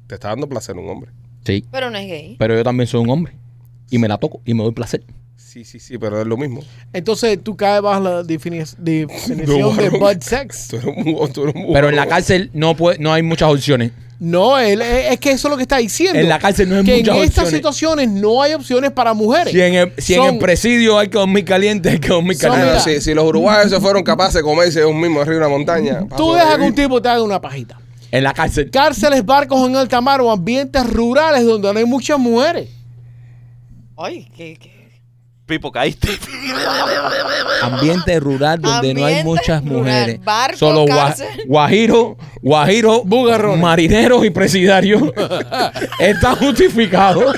S1: te está dando placer un hombre.
S2: Sí.
S5: Pero no es gay.
S2: Pero yo también soy un hombre. Y me la toco y me doy placer.
S1: Sí, sí, sí, pero es lo mismo.
S3: Entonces tú caes bajo la defini- definición de
S1: varón.
S3: butt sex.
S1: Tú eres un, bu- tú eres un bu-
S2: Pero en
S3: Uh.
S2: la cárcel no puede, no hay muchas opciones.
S3: No, él- es es que eso es lo que está diciendo.
S2: En la cárcel no hay
S3: que en
S2: muchas
S3: estas
S2: opciones.
S3: situaciones no hay opciones para mujeres.
S2: Si en el, si en
S3: Son-
S2: el presidio hay que dormir caliente, hay que dormir
S3: Son-
S1: Ah,
S2: caliente.
S1: no,
S3: mira.
S1: si, si los uruguayos se fueron capaces de comerse ellos mismos arriba de una montaña. para
S3: Tú dejas que un
S1: sobrevivir.
S3: tipo te haga una pajita.
S2: En la cárcel.
S3: Cárceles, barcos en alta mar o ambientes rurales donde no hay muchas mujeres.
S5: Ay, qué, qué.
S4: Pipo, caíste. Pues,
S2: Ambiente rural donde no hay
S5: Ambiente
S2: muchas
S5: rural,
S2: mujeres.
S5: barco,
S2: Solo gua-
S5: cárcel.
S2: guajiro, guajiro, marineros y presidiarios. Está justificado.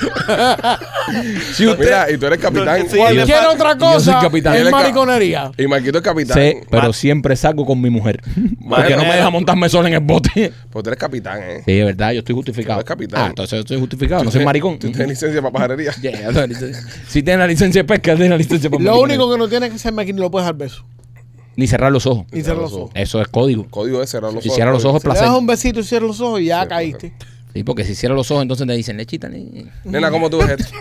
S2: si usted
S1: Mira, y tú eres capitán.
S4: Sí,
S1: ¿Cuál?
S4: le-
S3: Cualquier otra
S2: Yo soy
S3: cosa
S2: capitán.
S1: Él
S3: es
S1: es cap-
S3: mariconería.
S1: Y Marquito es capitán.
S2: sé, pero siempre salgo con mi mujer. Porque no me deja montarme solo en el bote.
S1: Pues tú eres capitán, ¿eh?
S2: Sí, es verdad, yo estoy justificado.
S1: Tú eres capitán.
S2: Ah, entonces yo estoy justificado, no soy maricón.
S1: Tú tienes licencia para pajarería.
S2: Ya, ya, la licencia- si tienes la licencia de pesca, tienes la licencia para
S3: Lo
S2: maricones.
S3: único que no tiene que ser aquí no lo puedes dar beso.
S2: Ni cerrar los ojos.
S3: Ni cerrar los ojos.
S2: Eso es código.
S1: Código de cerrar los
S2: Si cierra los ojos,
S3: Le
S2: placer.
S3: das un besito y cierras los ojos y ya
S1: Sí,
S3: caíste.
S2: Sí, porque si cierra los ojos, entonces te dicen lechita. ni-
S1: Nena, ¿cómo tú ves esto?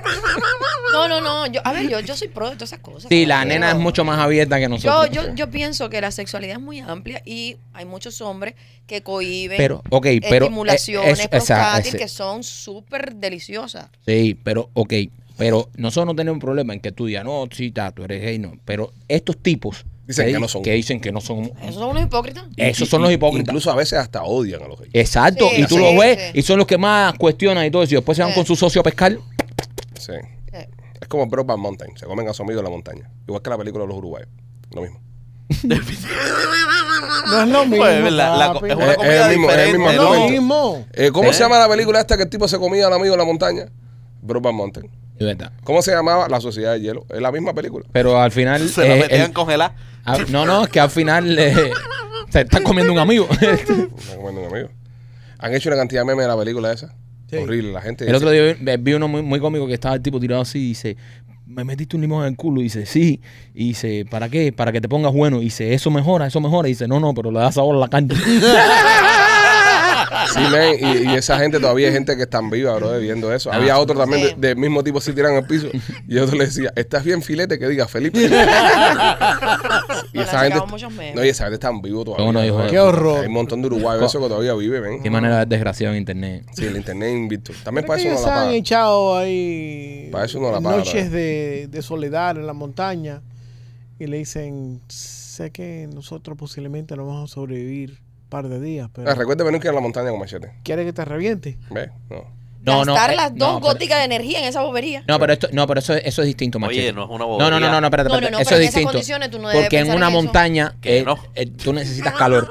S5: No, no, no. Yo, a ver, yo, yo soy pro de todas esas cosas.
S2: Sí, la
S5: Yo-
S2: nena es mucho más abierta que
S5: Yo,
S2: nosotros.
S5: yo, yo pienso que la sexualidad es muy amplia y hay muchos hombres que cohiben
S2: Pero, ok, pero. eh,
S5: estimulaciones
S2: eso- esa-
S5: prostátiles
S2: ese-
S5: que son súper deliciosas.
S2: Sí, pero, ok. Pero nosotros no tenemos un problema en que tú digas, no, sí, ta, tú eres gay, no. Pero estos tipos.
S1: Dicen que
S2: di-
S1: no son.
S2: Que dicen que no son.
S5: Esos son unos hipócritas.
S2: Esos son los hipócritas.
S1: Incluso a veces hasta odian a los gays.
S2: Exacto,
S5: Sí,
S2: y tú
S5: sí,
S2: los ves,
S5: sí.
S2: y son los que más cuestionan y todo eso. Y después se van
S5: Sí.
S2: con su socio a pescar.
S1: Sí.
S5: Eh,
S1: Es como Broadband Mountain. Se comen a su amigo en la montaña. Igual que la película de los uruguayos. Lo mismo.
S3: No es lo mismo.
S4: Pues, la- la-
S3: papi.
S4: es
S1: Eh,
S4: una
S1: eh, mismo,
S4: comida
S1: eh,
S4: diferente,
S1: mismo
S3: No es
S1: argumento.
S3: lo
S4: ¿no?
S3: mismo.
S1: Eh, ¿Cómo
S2: Eh.
S1: se llama la película esta que el tipo se comía al amigo en la montaña? Broadband Mountain.
S2: Es verdad.
S1: ¿Cómo se llamaba? La Sociedad de Hielo. Es la misma película.
S2: Pero al final.
S4: Se la
S2: eh,
S4: metían
S2: el-
S4: congelada.
S2: a- no, no, es que al final eh, se está comiendo un amigo.
S1: Está comiendo un amigo. Han hecho una cantidad de memes de la película esa.
S3: Sí.
S1: Horrible. La gente.
S2: el otro día vi- vi uno muy, muy cómico que estaba el tipo tirado así y dice: Me metiste un limón en el culo. Y dice: Sí. Y dice: ¿Para qué? Para que te pongas bueno. Y dice: Eso mejora, eso mejora. Y dice: No, no, pero le das sabor a la carne.
S1: Sí, men, y, y esa gente todavía hay gente que están viva, bro, viendo eso. Había otro también
S5: Sí.
S1: de- del mismo tipo si tiran al piso. Y otro le decía, ¿estás bien filete? Que diga Felipe. y
S5: Bueno,
S1: esa gente.
S5: sacamos muchos memes.
S1: No, y esa gente está vivo todavía.
S2: No, no, hijo de
S1: bro.
S3: puta. Qué horror.
S1: Hay un montón de uruguayos eso que todavía vive, ven.
S2: qué manera de desgraciado en internet.
S1: Sí, el internet invicto. También
S3: Pero
S1: para eso
S3: es que
S1: no
S3: ellos
S1: la
S3: se han
S1: paga.
S3: echado ahí
S1: Para eh. eso no la paga,
S3: noches
S1: ¿verdad?
S3: de, de soledad en la montaña y le dicen, sé que nosotros posiblemente no vamos a sobrevivir un par de días, pero
S1: Ah, recuerda venir que en la montaña con machete.
S3: ¿quiere que te reviente?
S1: ¿Ves? No.
S2: No, no.
S5: gastar
S2: eh,
S5: las dos
S2: no, pero-
S5: góticas de energía en esa bobería.
S2: No, pero esto, no, pero eso, eso es distinto,
S4: Oye,
S2: machete.
S4: no es una
S2: No, no, no,
S4: bobería.
S2: no, no, espérate,
S5: No, no,
S2: espérate,
S5: no,
S2: eso
S5: pero
S2: es
S5: en esas
S2: distinto.
S5: condiciones tú no debes
S2: porque en
S5: pensar
S2: una
S5: en eso.
S2: montaña
S4: Que
S2: eh,
S4: no.
S2: eh, tú necesitas calor.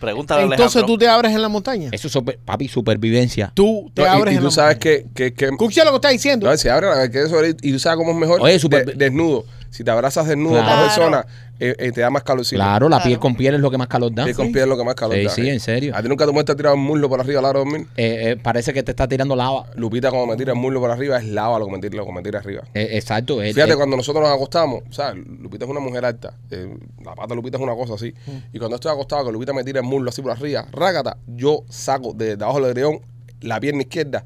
S4: Pregúntale a
S3: Entonces
S4: Alejandro.
S3: tú te abres en la montaña.
S2: Eso es, super- papi, supervivencia.
S3: Tú te
S1: No, y-
S3: abres
S1: y,
S3: en
S1: tú
S3: la
S1: sabes
S3: montaña.
S1: que. que, que
S3: Escucha lo que está diciendo.
S1: no, se abre la que eso y tú sabes cómo es mejor.
S2: Oye, super-
S1: de- desnudo. Si te abrazas desnudo
S2: Claro.
S1: a otra persona, eh, eh, te da más calorcito.
S2: Claro, la
S5: Claro.
S2: piel con piel es lo que más calor da.
S1: Sí, con piel lo que más calor
S2: ¿Ah? Sí,
S1: da,
S2: sí,
S1: eh.
S2: en serio.
S1: ¿A ti nunca te muestras tirado un muslo por arriba a la hora de dormir?
S2: Eh, eh, parece que te está tirando lava.
S1: Lupita cuando me tira el muslo por arriba es lava lo que me tira, lo que me tira arriba.
S2: Eh, exacto. eh,
S1: Fíjate,
S2: eh,
S1: cuando nosotros nos acostamos, ¿sabes? Lupita es una mujer alta. eh, la pata de Lupita es una cosa así. Y cuando estoy acostado, que Lupita me tira el muslo así por arriba, rácata, yo saco de, de abajo del greón la pierna izquierda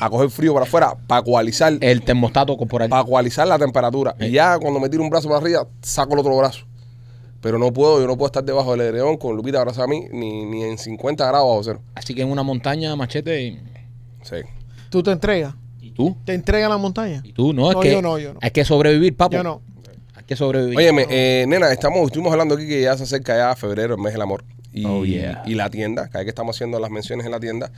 S1: a coger frío para afuera para coalizar,
S2: el termostato corporal.
S1: para coalizar la temperatura. Y ya cuando me tiro un brazo para arriba, saco el otro brazo. Pero no puedo, yo no puedo estar debajo del greón con Lupita abrazada a mí ni, ni en 50 grados bajo cero.
S2: Así que en una montaña, machete.
S1: Sí.
S3: Tú te entregas.
S2: ¿Y tú?
S3: Te entregas a la montaña.
S2: ¿Y tú? No, es
S3: No,
S2: que
S3: yo no, yo no.
S2: hay que sobrevivir, papo.
S3: Yo no.
S2: Hay que sobrevivir.
S1: Óyeme, eh, nena, estamos, estuvimos hablando aquí que ya se acerca ya febrero, el mes del amor. Y,
S2: Oh, yeah.
S1: y la tienda, cada vez que estamos haciendo las menciones en la tienda,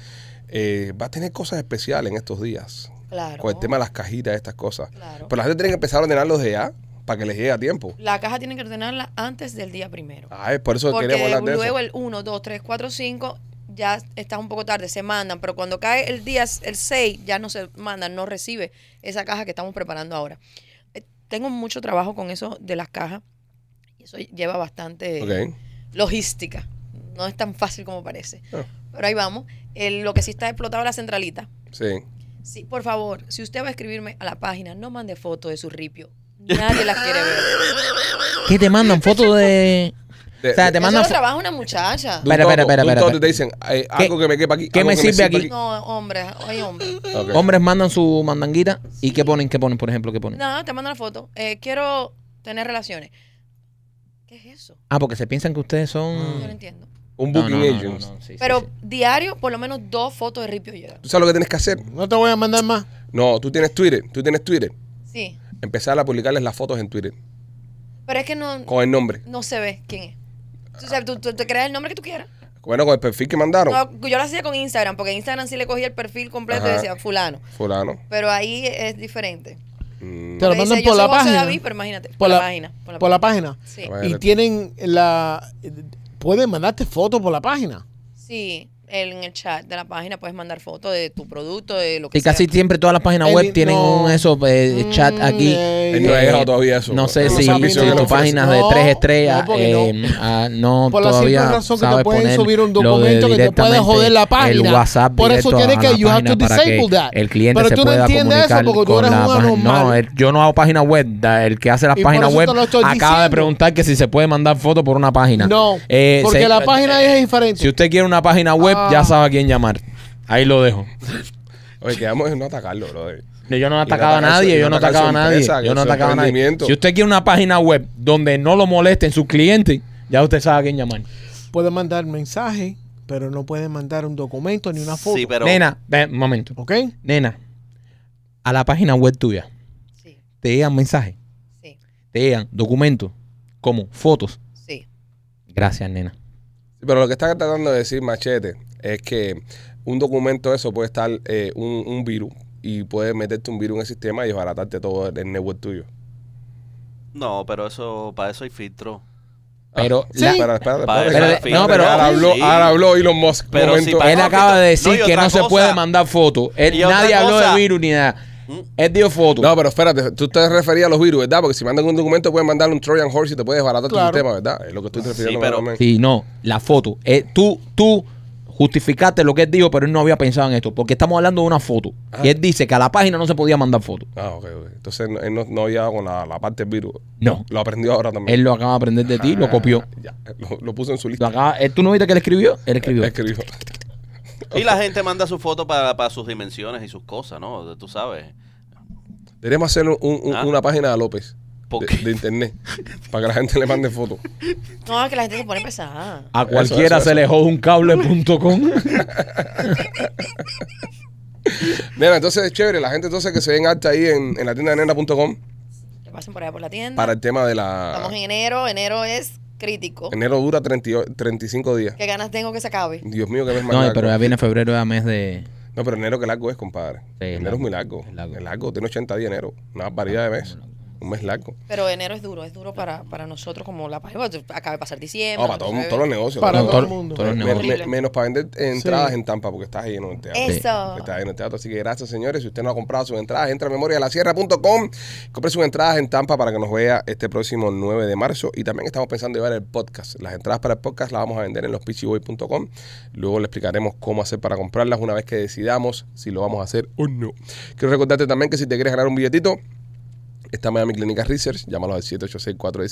S1: eh, va a tener cosas especiales en estos días.
S5: Claro.
S2: pues,
S1: Con el tema de las cajitas, estas cosas.
S5: Claro.
S1: Pero la gente tiene que empezar a ordenarlos de ya para que les llegue a tiempo.
S5: La caja tienen que ordenarla antes del día primero.
S2: Ah,
S1: Ay, por eso
S5: Porque
S1: queríamos hablar de
S5: luego
S1: eso.
S5: el 1, 2, 3, 4, 5 ya está un poco tarde, se mandan, pero cuando cae el día s- el 6 ya no se mandan, no recibe esa caja que estamos preparando ahora. Eh, Tengo mucho trabajo con eso de las cajas y eso lleva bastante
S1: Ok.
S5: logística. No es tan fácil como parece.
S1: Ah.
S5: Pero ahí vamos. El- lo que sí está explotado es la centralita.
S1: Sí.
S5: Sí, por favor, si usted va a escribirme a la página, no mande fotos de su ripio. Nadie las quiere ver.
S2: ¿Qué te mandan? Fotos de.
S1: De-
S2: O sea, te
S5: Eso
S2: mandan.
S5: lo
S2: fo-
S5: trabaja una muchacha.
S1: De un
S2: Espera,
S1: toto,
S2: espera, espera,
S1: de un
S2: espera,
S1: toto
S2: espera.
S1: y te dicen, "Ay, algo que me quepa aquí.
S2: qué
S1: algo
S2: me
S1: que
S2: sirve aquí?
S5: No, hombre, hay hombre.
S1: Ok.
S2: Hombres mandan su mandanguita. ¿Y qué ponen? ¿Qué ponen, por ejemplo? ¿Qué ponen?
S5: No, te mando la foto. Eh, quiero tener relaciones. ¿Qué es eso?
S2: Ah, porque se piensan que ustedes son.
S5: Yo no
S3: Ah.
S5: entiendo.
S1: Un
S2: No, no,
S1: booking
S2: no, no,
S1: agent.
S2: no, Mm. sí, sí,
S5: Pero
S2: sí.
S5: diario, por lo menos dos fotos de ripio llegan.
S1: ¿Tú sabes lo que tienes que hacer?
S3: No te voy a mandar más.
S1: No, tú tienes Twitter. Tú tienes Twitter.
S5: Sí.
S1: Empezar a publicarles las fotos en Twitter
S5: Pero es que no,
S1: con el nombre.
S5: no se ve quién es. Tú, sabes, tú- tú te creas el nombre que tú quieras.
S1: Bueno, con el perfil que mandaron.
S5: No, yo lo hacía con Instagram, porque en Instagram sí le cogía el perfil completo y
S1: Ajá.
S5: decía fulano.
S1: Fulano.
S5: Pero ahí es diferente.
S1: Mm,
S3: Te lo
S5: Porque
S3: mandan
S5: dice,
S3: por
S5: yo
S3: la
S5: soy José
S3: página.
S5: David, pero imagínate, por,
S3: Por
S5: la,
S3: la-
S5: página. Por la,
S3: Por la página.
S5: Sí,
S1: Bueno.
S3: Y tienen la. Pueden mandarte fotos por la página.
S5: sí. En el chat de la página puedes mandar fotos de tu producto, de lo que
S2: Y casi
S5: sea.
S2: siempre todas las páginas
S3: El-
S2: web tienen
S3: no.
S2: un eso, eh,
S5: Mm.
S2: chat aquí.
S3: Eh,
S1: Él no ha
S2: eh,
S1: llegado todavía a eso. pues.
S2: No sé
S1: Esa
S2: si,
S1: ambición que
S2: si
S1: le
S2: tu
S1: ofrece.
S2: página de
S3: No,
S2: tres estrellas
S3: no,
S2: no,
S3: porque no.
S2: no
S3: Por la
S2: todavía
S3: simple razón que te
S2: sabes
S3: pueden
S2: poner
S3: subir un
S2: lo de
S3: documento que te puede
S2: directamente
S3: joder la
S2: El
S3: página.
S2: WhatsApp
S3: Por eso
S2: directo
S3: tiene
S2: a
S3: que
S2: la
S3: you have to
S2: página para
S3: disable
S2: que
S3: that.
S2: el cliente
S3: Pero
S2: se
S3: tú no
S2: pueda
S3: entiendes eso
S2: comunicar
S3: porque tú
S2: con
S3: eres
S2: la
S3: un
S2: página. No,
S3: anormal.
S2: el- yo no hago página web. da- El que hace las
S3: Y por
S2: páginas
S3: eso
S2: web
S3: te lo estoy
S2: acaba de
S3: diciendo.
S2: preguntar que si se puede mandar fotos por una página.
S3: No,
S2: Eh,
S3: porque
S2: se- eh,
S3: la página es diferente.
S2: Si usted quiere una página web,
S3: Ah.
S2: ya sabe a quién llamar. Ahí lo dejo.
S1: Oye, quedamos en no atacarlo, brother.
S2: Yo no he
S1: Y no
S2: atacado a
S1: atacar su-
S2: nadie,
S1: y
S2: yo
S1: no
S2: no he
S1: atacar su
S2: atacado a nadie,
S1: empresa, que
S2: yo no he
S1: su
S2: atacado a nadie.
S1: emprendimiento.
S2: Si usted quiere una página web donde no lo molesten sus clientes, ya usted sabe a quién llamar.
S3: Pueden mandar mensaje, pero no pueden mandar un documento ni una foto.
S4: Sí, pero.
S2: Nena, ven, un momento.
S3: ¿Ok?
S2: Nena, a la página web tuya
S5: Sí,
S2: te llegan mensajes,
S5: sí,
S2: te llegan documentos como fotos.
S5: sí.
S2: Gracias, nena.
S1: Pero lo que está tratando de decir Machete es que un documento eso puede estar eh, un, un virus y puede meterte un virus en el sistema y desbaratarte todo el network tuyo.
S4: No, pero eso. Para eso hay filtro.
S2: Pero
S3: Sí.
S2: la-
S1: Ah, Espera, espera,
S4: Para
S1: espera,
S2: eso
S1: espera,
S2: hay No, pero-
S1: ahora, habló,
S4: sí.
S1: ahora habló Elon Musk.
S4: Pero
S1: Momento.
S4: si para-
S2: él acaba de decir
S4: No, y
S2: que
S4: otra
S2: no se
S4: cosa.
S2: puede mandar fotos. Él-
S4: Y otra
S2: Nadie habló de
S4: cosa.
S2: virus ni nada.
S4: Mm.
S2: Él dio fotos.
S1: No, pero espérate, tú te referías a los virus, ¿verdad? Porque si mandan un documento pueden mandar un Trojan Horse y te puedes desbaratar
S3: Claro.
S1: tu sistema, ¿verdad? Es lo que estoy refiriendo.
S4: pero-
S2: Sí, no, la foto. Eh, tú, tú justificaste lo que él dijo, pero él no había pensado en esto, porque estamos hablando de una foto. Y él dice que a la página no se podía mandar foto.
S1: Ah, ok, ok. Entonces no- él no, no había con la, la parte del virus.
S2: No.
S1: Lo aprendió ahora también.
S2: Él lo acaba de aprender de ti, lo copió.
S1: Ya, lo, lo puso en su
S2: Lo
S1: lista.
S2: acaba- eh, ¿Tú no viste que él escribió? Él escribió.
S1: Escribió.
S4: Y la gente manda sus fotos para, para sus dimensiones y sus cosas, ¿no? Tú sabes.
S1: Deberíamos hacer un- un-
S4: Ah.
S1: una página de López.
S4: ¿Por
S1: de,
S4: qué?
S1: de internet para que la gente le mande fotos.
S5: No, es que la gente se pone pesada.
S2: A
S1: Eso,
S2: cualquiera
S1: eso,
S2: se
S1: eso.
S2: le jode un cable.com.
S1: Nena, entonces es chévere, la gente entonces que se ven alta ahí en, en la tienda de nena.com
S5: Que pasen por allá por la tienda.
S1: para el tema de
S5: Estamos
S1: la...
S5: en enero, enero es crítico.
S1: Enero dura 38 35 días.
S5: ¿Qué ganas tengo que se acabe?
S1: Dios mío, qué mes más
S2: No,
S1: largo.
S2: pero ya viene febrero, ya mes de.
S1: No, pero enero qué largo es, compadre.
S2: Sí, es
S1: enero es
S2: largo.
S1: muy largo.
S2: Es
S1: Es
S2: largo. Ah,
S1: largo. tiene 80 días enero. Una variedad de mes. Un mes largo.
S5: Pero enero es duro, es duro para, para nosotros como la página. Bueno, Acaba de pasar diciembre.
S1: No, Oh, para todo-
S5: entonces-
S1: todos los negocios.
S3: Para
S1: ¿no?
S3: todo el
S2: to-
S3: mundo.
S2: todos los
S1: Me-
S2: negocios.
S1: me-
S5: Horrible.
S1: menos para vender entradas
S3: Sí.
S1: en Tampa porque está lleno el teatro.
S5: Eso.
S1: Está lleno el teatro. Así que gracias, señores. Si usted no ha comprado sus entradas, entra a memorialasierra.com. Compre sus entradas en Tampa para que nos vea este próximo 9 de marzo. Y también estamos pensando llevar el podcast. Las entradas para el podcast las vamos a vender en lospitchyboy.com. Luego le explicaremos cómo hacer para comprarlas una vez que decidamos si lo vamos a hacer o no. Quiero recordarte también que si te quieres ganar un billetito, Está Miami Clínica Research, llámalos al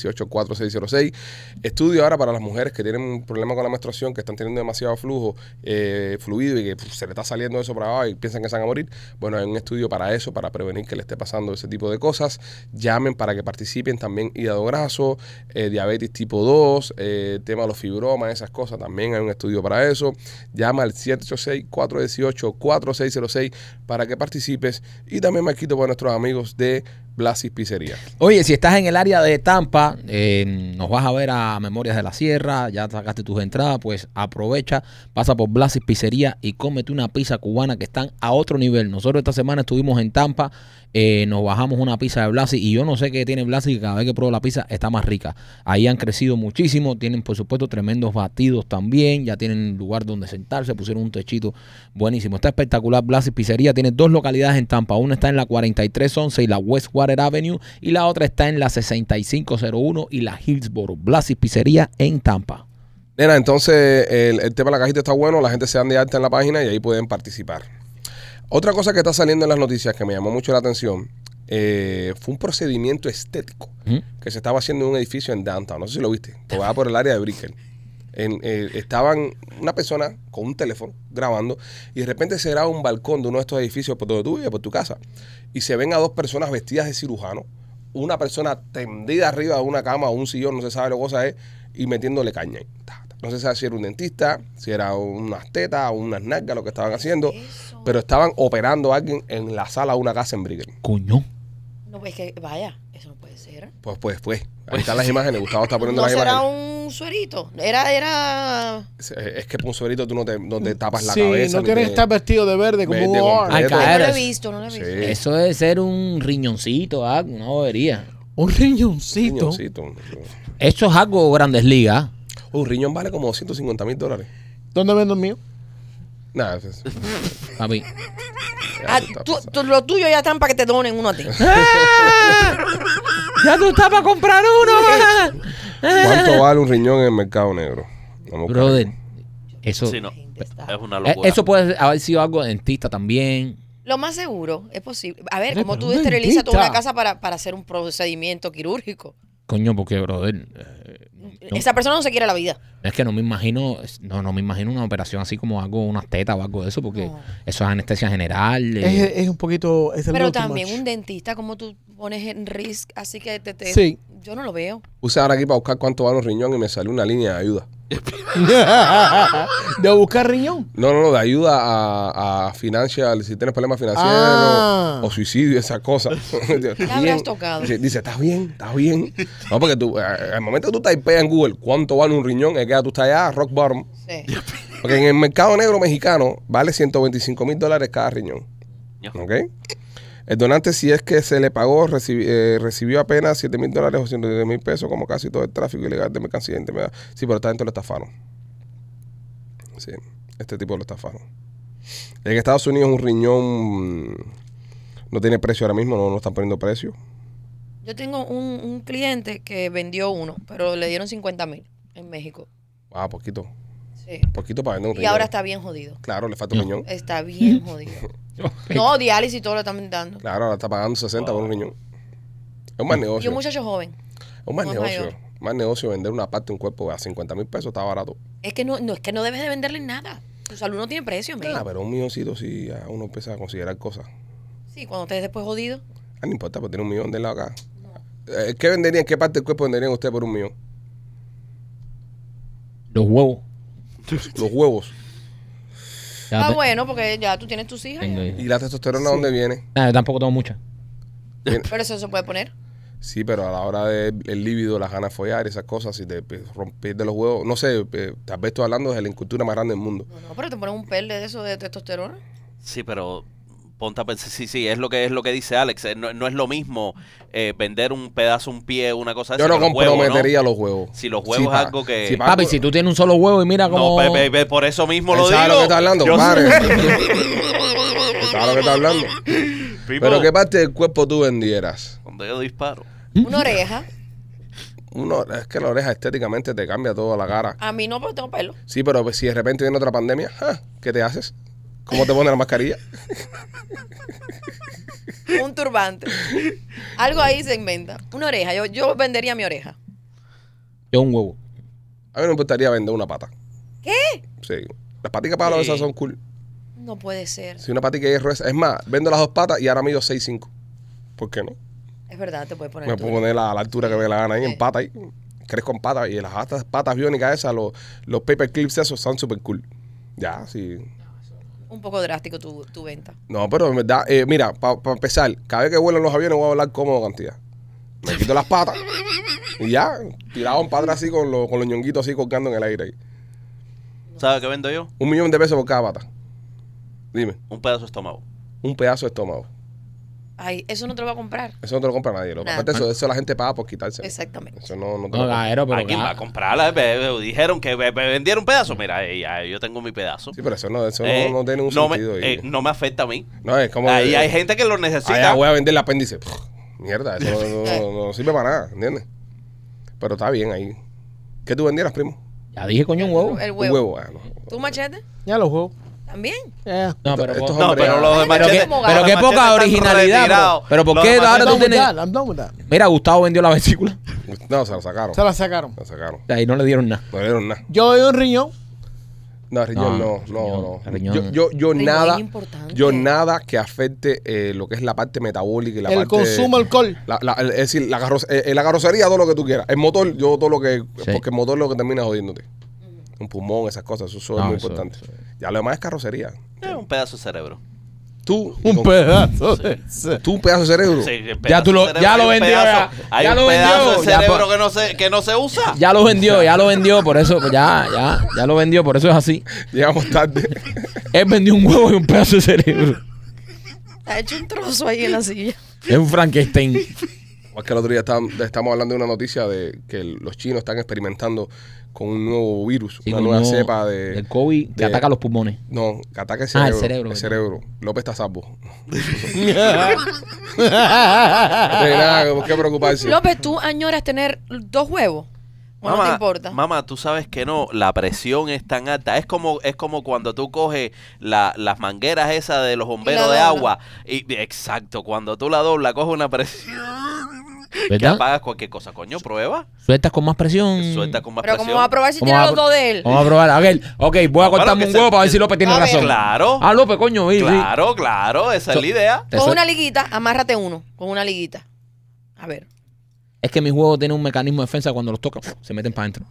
S1: 786-418-4606. Estudio ahora para las mujeres que tienen un problema con la menstruación, que están teniendo demasiado flujo, eh, fluido y que puf, se le está saliendo eso para abajo y piensan que se van a morir. Bueno, hay un estudio para eso, para prevenir que le esté pasando ese tipo de cosas. Llamen para que participen también hígado graso, eh, diabetes tipo 2, eh, tema de los fibromas, esas cosas. También hay un estudio para eso. Llama al 786-418-4606 para que participes. Y también me quito para nuestros amigos de Blasis Pizzería.
S2: Oye, si estás en el área de Tampa, eh, nos vas a ver a Memorias de la Sierra, ya sacaste tus entradas, pues aprovecha, pasa por Blasis Pizzería y cómete una pizza cubana que están a otro nivel. Nosotros esta semana estuvimos en Tampa, eh, nos bajamos una pizza de Blasis y yo no sé qué tiene Blasis, que cada vez que pruebo la pizza está más rica. Ahí han crecido muchísimo, tienen por supuesto tremendos batidos también, ya tienen lugar donde sentarse, pusieron un techito buenísimo. Está espectacular Blasis Pizzería, tiene dos localidades en Tampa, una está en la 4311 y la Westwater Avenue y la otra está en la 6501 y la Hillsboro Blasis Pizzería en Tampa.
S1: Nena, entonces el, el tema de la cajita está bueno, la gente se dan de alta en la página y ahí pueden participar. Otra cosa que está saliendo en las noticias que me llamó mucho la atención eh, fue un procedimiento estético que se estaba haciendo en un edificio en downtown. No sé si lo viste, va por el área de Brickell. En, eh, estaban una persona con un teléfono grabando y de repente se graba un balcón de uno de estos edificios por donde tú vives, por tu casa, y se ven a dos personas vestidas de cirujano, una persona tendida arriba de una cama o un sillón, no se sabe lo que cosa es, y metiéndole caña. ahí. Ta, ta. No se sabe si era un dentista, si era unas tetas o unas nalgas lo que estaban haciendo,
S5: Eso.
S1: pero estaban operando a alguien en la sala de una casa en Brickell.
S2: Coño.
S5: No, pues que vaya, eso no puede ser.
S1: Pues, pues, pues. Ahí están las imágenes. Gustavo está poniendo
S5: No
S1: las
S5: será
S1: imágenes.
S5: un suerito. Era, era.
S1: Es- Es que por un suerito tú no te, no te tapas la
S3: sí,
S1: cabeza.
S3: no
S1: ni
S3: tienes que
S1: te-
S3: estar vestido de verde como
S1: Verde
S3: un
S1: completo.
S3: OR.
S2: Ay,
S5: No
S2: caer.
S5: lo he visto, no lo he visto.
S1: Sí.
S2: Eso debe ser un riñoncito, ah, una bobería.
S3: Un
S1: Un
S3: riñoncito.
S1: riñoncito.
S2: Esto es algo grandes ligas.
S1: Un riñón vale como 250 mil dólares.
S3: ¿Dónde vendo el mío?
S1: Nada, es- es-
S2: Papi.
S5: Ah,
S1: eso está
S5: tú-
S1: pasando.
S5: tú- lo tuyo ya están para que te donen uno a ti.
S2: ¡Ah! Ya tú estás para comprar uno.
S1: ¿Cuánto vale un riñón en el mercado negro? Vamos a buscar.
S2: Brother, eso,
S4: Sí, no. Es una
S2: eh,
S4: locura.
S2: eso puede haber sido algo dentista también.
S5: Lo más seguro es posible. A ver,
S3: Oye,
S5: ¿cómo
S3: pero
S5: tú
S3: un
S5: esterilizas toda una
S3: dentista.
S5: casa para, para hacer un procedimiento quirúrgico?
S2: Coño, porque, brother, eh, no-
S5: Esa persona no se quiere la vida.
S2: es que no me imagino, no, no me imagino una operación así como algo, unas tetas o algo de eso, porque
S5: No.
S2: eso es anestesia general. eh.
S3: Es, es un poquito. Es a
S5: Pero
S3: little too
S5: también
S3: much.
S5: un dentista, como tú pones en risk, así que te, te-
S3: Sí.
S5: yo no lo veo.
S1: Puse ahora aquí para buscar cuánto vale un riñón y me salió una línea de ayuda.
S3: de buscar riñón.
S1: No, no, no, de ayuda a, a financial, si tienes problemas financieros
S3: Ah.
S1: o suicidio, esas cosas.
S5: habrás
S1: Bien.
S5: tocado?
S1: Dice, dice, ¿estás bien? ¿Estás bien? No, porque tú, eh, al momento que tú typeas en Google cuánto vale un riñón, es que ya tú estás allá, rock bottom.
S5: Sí.
S1: Porque en el mercado negro mexicano vale 125 mil dólares cada riñón.
S4: Ya.
S1: ¿Ok? El donante, si es que se le pagó, recibi- eh, recibió apenas 7 mil dólares o 110 mil pesos, como casi todo el tráfico ilegal de mercancía. de enfermedad. Sí, pero esta gente lo estafaron. Sí, este tipo lo estafaron. En Estados Unidos, un riñón mm, no tiene precio ahora mismo, no, no están poniendo precio.
S5: Yo tengo un, un cliente que vendió uno, pero le dieron 50 mil en México.
S1: Ah, poquito.
S5: Sí.
S1: Poquito para vender un
S5: Y
S1: riñón.
S5: ahora está bien jodido.
S1: Claro, le falta un riñón.
S5: Está bien jodido. No, diálisis y todo lo están dando.
S1: Claro, ahora está pagando 60 por un riñón. Es un mal
S5: Y
S1: negocio.
S5: un muchacho joven.
S1: Es más
S5: Más
S1: negocio.
S5: mayor.
S1: Más negocio vender una parte de un cuerpo a 50 mil pesos está barato.
S5: Es que no, no es que no debes de venderle nada. Tu salud no tiene precio, men.
S1: Ah, pero un milloncito sí, ya uno empieza a considerar cosas.
S5: Sí, cuando estés después jodido.
S1: Ah, no importa, pues tiene un millón de lado acá. Eh, ¿Qué venderían, qué parte del cuerpo venderían ustedes por un millón?
S2: Los huevos.
S1: Los huevos.
S2: Ya
S5: Ah,
S2: te-
S5: bueno, porque ya tú tienes tus hijas.
S2: tengo
S5: ya.
S2: ahí.
S1: ¿Y la testosterona dónde viene?
S2: Nah, yo tampoco tengo mucha.
S5: Pero eso se puede poner.
S1: Sí, pero a la hora del líbido, las ganas de follar, esas cosas, si te rompes de los huevos, no sé, eh, tal vez estoy hablando de la incultura más grande del mundo.
S5: No, no, pero te ponen un perle de eso de testosterona.
S4: Sí, pero ponte a pensar, sí, sí, es lo que es lo que dice Alex. eh, No, no es lo mismo eh, vender un pedazo, un pie, una cosa así.
S1: Yo no
S4: que los huevos,
S1: comprometería los huevos.
S4: Si los huevos es
S1: pa-
S4: algo que-
S1: si pa-
S2: Papi, si tú tienes un solo huevo y mira
S4: No,
S2: como...
S4: pe- pe- pe- por eso mismo lo
S1: Él
S4: digo.
S1: sabe lo que está hablando,
S4: Yo-
S1: compadre. Él sabe lo que está hablando.
S4: People,
S1: Pero ¿qué parte del cuerpo tú vendieras?
S4: Cuando yo disparo.
S1: Mm.
S5: Una oreja.
S1: Uno, es que la oreja estéticamente te cambia toda la cara.
S5: A mí no, porque tengo pelo.
S1: Sí, pero pues, si de repente viene otra pandemia, ah, ¿qué te haces? ¿Cómo te pones la mascarilla?
S5: Un turbante. Algo ahí se inventa. Una oreja. Yo, yo vendería mi oreja.
S2: Yo un huevo.
S1: A mí no me gustaría vender una pata. ¿Qué? Sí. Las paticas para la
S4: Sí.
S1: cabeza son cool.
S5: No puede ser.
S1: Si una patica es gruesa. Es más, vendo las dos patas y ahora mido 6'5. ¿Por qué no?
S5: Es verdad, te puedes poner.
S1: Me
S5: tú.
S1: puedo poner la, la altura que me la gana ahí
S5: Sí.
S1: en pata ahí. Crezco en pata y las altas patas biónicas esas, los, los paper clips esos son super cool. Ya, sí.
S5: Un poco drástico tu, tu venta.
S1: No, pero en verdad, eh, mira, para empezar, cada vez que vuelan los aviones voy a volar cómodo cantidad. Me quito las patas y ya, tirado un padre así con, los- con los ñonguitos así colgando en el aire. ahí.
S4: ¿Sabes qué vendo yo?
S1: Un millón de pesos por cada pata. Dime,
S4: Un pedazo de estómago.
S1: un pedazo de estómago.
S5: Ay, eso no te lo va a comprar.
S1: Eso no te lo compra nadie. Lo
S5: Nah.
S1: aparte
S4: Ah.
S1: eso, eso la gente paga por quitarse.
S5: Exactamente.
S1: Eso no, no te lo
S2: No,
S1: compra.
S2: gaero, pero...
S4: ¿A quién va a comprarla? Ve- ve- Dijeron que ve- ve- vendieron un pedazo. Mira, eh, ya, yo tengo mi pedazo.
S1: Sí, pero eso no, eso
S4: Eh,
S1: no, no tiene un
S4: me,
S1: sentido. ahí.
S4: eh, no me afecta a mí.
S1: no, es como.
S4: Ahí
S1: eh,
S4: hay gente que lo
S1: allá
S4: necesita.
S1: voy a vender el apéndice. Pff, mierda, eso no, no- no sirve para nada, ¿entiendes? Pero está bien ahí. ¿Qué tú vendieras, primo?
S2: Ya dije, coño, un huevo.
S5: El
S1: Un
S5: huevo.
S1: huevo, ah, no.
S5: ¿Tú machete?
S3: Ya los juegos.
S5: También.
S3: Ya.
S2: No, pero,
S1: Estos-
S2: no,
S4: No,
S1: Hombre,
S4: pero los de
S5: pero
S4: machete.
S5: qué-
S4: los de
S5: pero
S2: qué
S4: Machete
S2: poca
S4: están
S2: originalidad,
S4: retirados.
S2: bro. Pero ¿por
S4: Los
S2: qué
S4: de
S2: ahora
S4: Machete-
S3: I'm
S2: tú
S3: done with
S2: tienes-
S3: that, I'm done with that.
S2: mira, Gustavo vendió la vesícula.
S1: No, se lo sacaron.
S3: Se la sacaron.
S1: Lo sacaron.
S2: Ahí no le dieron nada.
S1: No le dieron nada.
S3: Yo doy un riñón.
S1: No, riñón
S2: No,
S1: no, no, no.
S2: riñón, riñón.
S1: Yo, yo, yo
S5: Riñón
S1: nada,
S5: es importante.
S1: yo nada que afecte eh, lo que es la parte metabólica y la
S3: el
S1: parte.
S3: consumo de alcohol.
S1: La- la- el- es decir, la, carroce- eh, la carrocería, todo lo que tú quieras. El motor, yo todo lo que.
S2: Sí.
S1: Porque el motor es lo que termina jodiéndote. Un pulmón, esas cosas, eso, eso es
S2: No,
S1: muy
S2: eso-
S1: importante.
S2: eso-
S1: Ya lo demás es carrocería.
S4: Eh, Un pedazo de cerebro.
S1: Tú,
S3: Un
S1: con-
S3: pedazo. de-
S1: tú, un pedazo de cerebro.
S4: Sí, el
S2: Ya tú lo-
S4: pedazo de
S2: ya
S4: cerebro,
S2: lo
S4: hay un
S2: vendió, ya.
S4: pedazo- Hay
S2: Ya
S4: un
S2: lo
S4: pedazo
S2: vendió,
S4: de
S2: ya pa-
S4: cerebro que no se- que no se usa.
S2: Ya lo vendió, ya lo vendió, por eso, pues ya, ya, ya lo vendió, por eso es así.
S1: Llegamos tarde.
S2: Él vendió un huevo y un pedazo de cerebro.
S5: Está hecho un trozo ahí en la silla.
S2: Es un Frankenstein.
S1: Es que el otro día estábamos, estábamos hablando de una noticia de que el- los chinos están experimentando con un nuevo virus,
S2: Sí,
S1: una
S2: un
S1: nueva
S2: nuevo-
S1: cepa de.
S2: del COVID que
S1: de-
S2: ataca los pulmones.
S1: No, que ataque el cerebro.
S2: Ah, el
S1: el
S2: cerebro,
S1: cerebro.
S2: ¿verdad?
S1: López está salvo. No tiene nada por qué preocuparse.
S5: López, ¿tú añoras tener dos huevos? ¿O no te importa?
S4: Mamá, tú sabes que no, la presión es tan alta. Es como, es como cuando tú coges la- las mangueras esas de los bomberos de
S5: doblas.
S4: agua. Y, exacto, cuando tú la doblas, coge una presión. Que
S2: ¿Verdad?
S4: apagas cualquier cosa, coño, prueba.
S2: Sueltas con más presión.
S4: Suelta con más
S5: Mm. Pero
S4: presión.
S5: ¿cómo va a probar si
S2: ¿Cómo
S5: tiene
S2: va a
S5: los
S2: pro-
S5: dos de él?
S2: Vamos a probar. A ver, ok, voy a
S4: Bueno,
S2: cortarme
S4: que
S2: un
S4: se-
S2: huevo para ver si López tiene
S5: A ver.
S2: razón.
S4: Claro.
S2: Ah, López, coño, sí, sí.
S4: Claro, claro, esa
S2: So-
S4: es la idea.
S2: Te
S5: Con
S2: suel-
S5: una liguita, amárrate uno. Con una liguita. A ver.
S2: Es que mi huevo tiene un mecanismo de defensa cuando los tocan, se meten para adentro.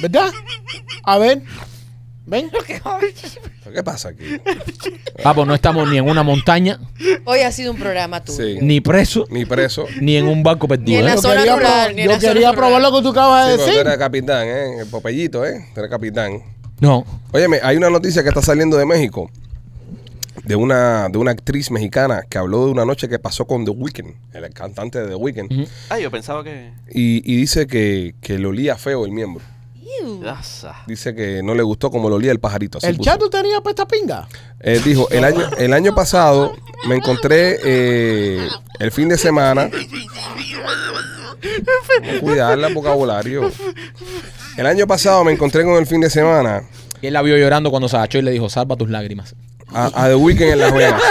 S3: ¿Verdad? A ver. Ven.
S1: ¿Qué pasa aquí?
S2: Papo, no estamos ni en una montaña,
S5: Hoy ha sido un programa tú.
S1: Sí.
S2: ni preso,
S1: Ni preso.
S2: ni en un barco
S5: Ni en
S2: perdido.
S5: la
S2: ¿eh?
S3: Yo
S5: zona
S3: quería,
S5: rural,
S3: probar-
S5: ni en
S3: yo
S5: la zona
S3: quería
S5: rural.
S3: probar lo que tú
S2: Ah,
S3: acabas
S1: Sí,
S3: de
S1: pero tú
S3: decir.
S1: eres capitán, ¿eh? El popellito, ¿eh? Tú eres capitán.
S2: No.
S1: Óyeme, hay una noticia que está saliendo de México. De una, de una actriz mexicana que habló de una noche que pasó con The Weeknd, el cantante de The Weeknd,
S2: Ujú.
S4: Ah, yo pensaba que.
S1: y, y dice que, que le olía feo el miembro.
S5: Iu.
S4: Asa.
S1: Dice que no le gustó como lo olía el pajarito. así
S3: El
S1: puso.
S3: chato tenía pesta pinga.
S1: Él dijo, el año, el año pasado me encontré eh, el fin de semana. Cuidar el vocabulario. El año pasado me encontré con el fin de semana
S2: Y él la vio llorando cuando se agachó y le dijo, salva tus lágrimas.
S1: a, a The Weeknd en Las Vegas.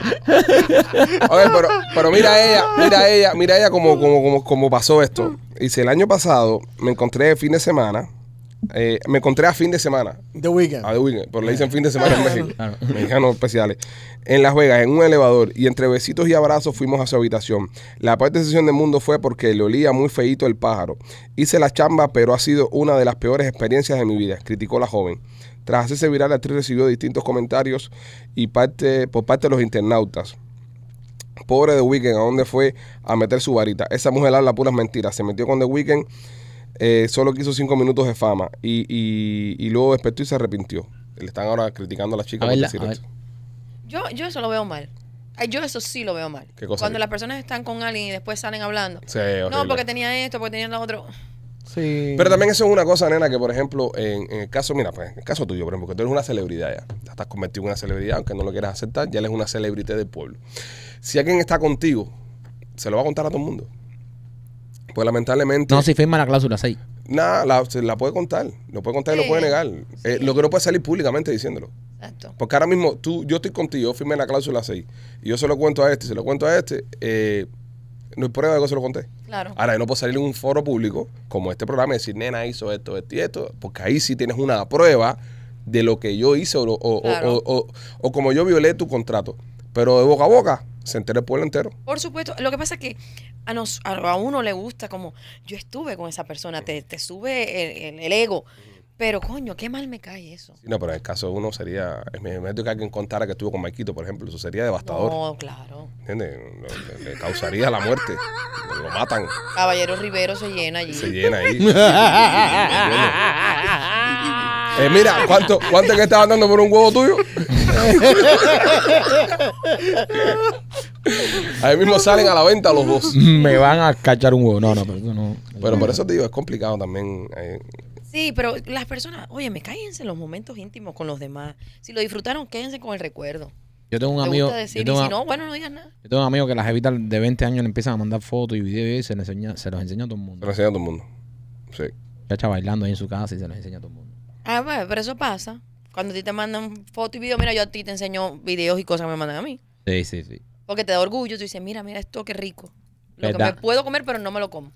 S1: A ver, pero, pero mira ella, mira ella, mira ella como, como, como, como pasó esto. Dice, el año pasado me encontré el fin de semana. eh, me encontré a fin de semana.
S3: The Weeknd.
S1: A The Weeknd, pero le dicen fin de semana en México.
S2: Claro.
S1: Mexicanos especiales. En Las Vegas, en un elevador, y entre besitos y abrazos fuimos a su habitación. La peor decisión del mundo fue porque le olía muy feíto el pájaro. Hice la chamba, pero ha sido una de las peores experiencias de mi vida, criticó la joven. Tras hacerse viral, la actriz recibió distintos comentarios y parte, por parte de los internautas. Pobre de Weekend, ¿a dónde fue a meter su varita? Esa mujer habla puras mentiras. Se metió con The Weeknd, eh, solo quiso cinco minutos de fama y, y- y luego despertó y se arrepintió. Le están ahora criticando a la chica
S2: A
S1: por
S2: verla,
S1: decir
S2: a ver.
S1: esto.
S5: Yo, yo eso lo veo mal. Ay, Yo eso sí lo veo mal.
S1: ¿Qué cosa?
S5: Cuando las personas están con alguien y después salen hablando.
S1: Sí, horrible.
S5: No, porque tenía esto, porque tenía lo otro.
S3: Sí.
S1: Pero también eso es una cosa, nena, que por ejemplo, en, en el caso, mira, pues, en el caso tuyo, por ejemplo, que tú eres una celebridad ya. Ya estás convertido en una celebridad, aunque no lo quieras aceptar, ya eres una celebridad del pueblo. Si alguien está contigo, se lo va a contar a todo el mundo. Pues lamentablemente.
S2: No, si firma la cláusula 6.
S1: Nada, la, se la puede contar. Lo puede contar y lo
S5: Sí,
S1: puede negar. Eh, lo que no puede salir públicamente diciéndolo.
S5: Exacto.
S1: Porque ahora mismo, tú, yo estoy contigo, yo firmé la cláusula 6. Y yo se lo cuento a este, se lo cuento a este. eh, no hay prueba de que se lo conté.
S5: Claro.
S1: Ahora, yo no puedo salir en un foro público como este programa y decir, nena, hizo esto, esto y esto, porque ahí sí tienes una prueba de lo que yo hice o, lo- o- o-
S5: Claro.
S1: o- o- o como yo violé tu contrato. Pero de boca a boca se entera el pueblo entero.
S5: Por supuesto, lo que pasa es que a, nos, a, a uno le gusta como, yo estuve con esa persona, te, te sube el, el- el ego. Pero coño, qué mal me cae eso.
S1: Sí, No, pero en el caso de uno sería, es momento que alguien contara que estuvo con Maikito, por ejemplo, eso sería devastador.
S5: No, claro.
S1: ¿Entiendes? Lo- Le, le causaría la muerte. Lo matan.
S5: Caballero Rivero se llena allí.
S1: Se llena ahí. Eh, mira, ¿cuánto, ¿cuánto que estaban dando por un huevo tuyo? Ahí mismo salen a la venta los dos.
S2: Me van a cachar un huevo. No, no, pero eso no.
S1: Pero por eso te digo, es complicado también. eh,
S5: Sí, pero las personas, oye, me cállense los momentos íntimos con los demás. Si lo disfrutaron, quédense con el recuerdo.
S2: Yo tengo un
S5: Me
S2: amigo.
S5: gusta decir,
S2: yo, tengo
S5: y si
S2: una-
S5: no, bueno, no digas nada.
S2: yo tengo un amigo que las evitas de 20 años le empiezan a mandar fotos y videos y se, les enseña- se los enseña a todo el
S1: Se
S2: mundo.
S1: lo enseña a todo el mundo. Sí.
S2: Chacha bailando ahí en su casa y se los enseña a todo el mundo.
S5: Ah, bueno, pero eso pasa. Cuando a ti te mandan fotos y videos, mira, yo a ti te enseño videos y cosas que me mandan a mí.
S2: Sí, sí, sí.
S5: Porque te da orgullo. Tú dices, mira, mira esto, qué rico. Lo
S2: ¿Verdad?
S5: que me puedo comer, pero no me lo como.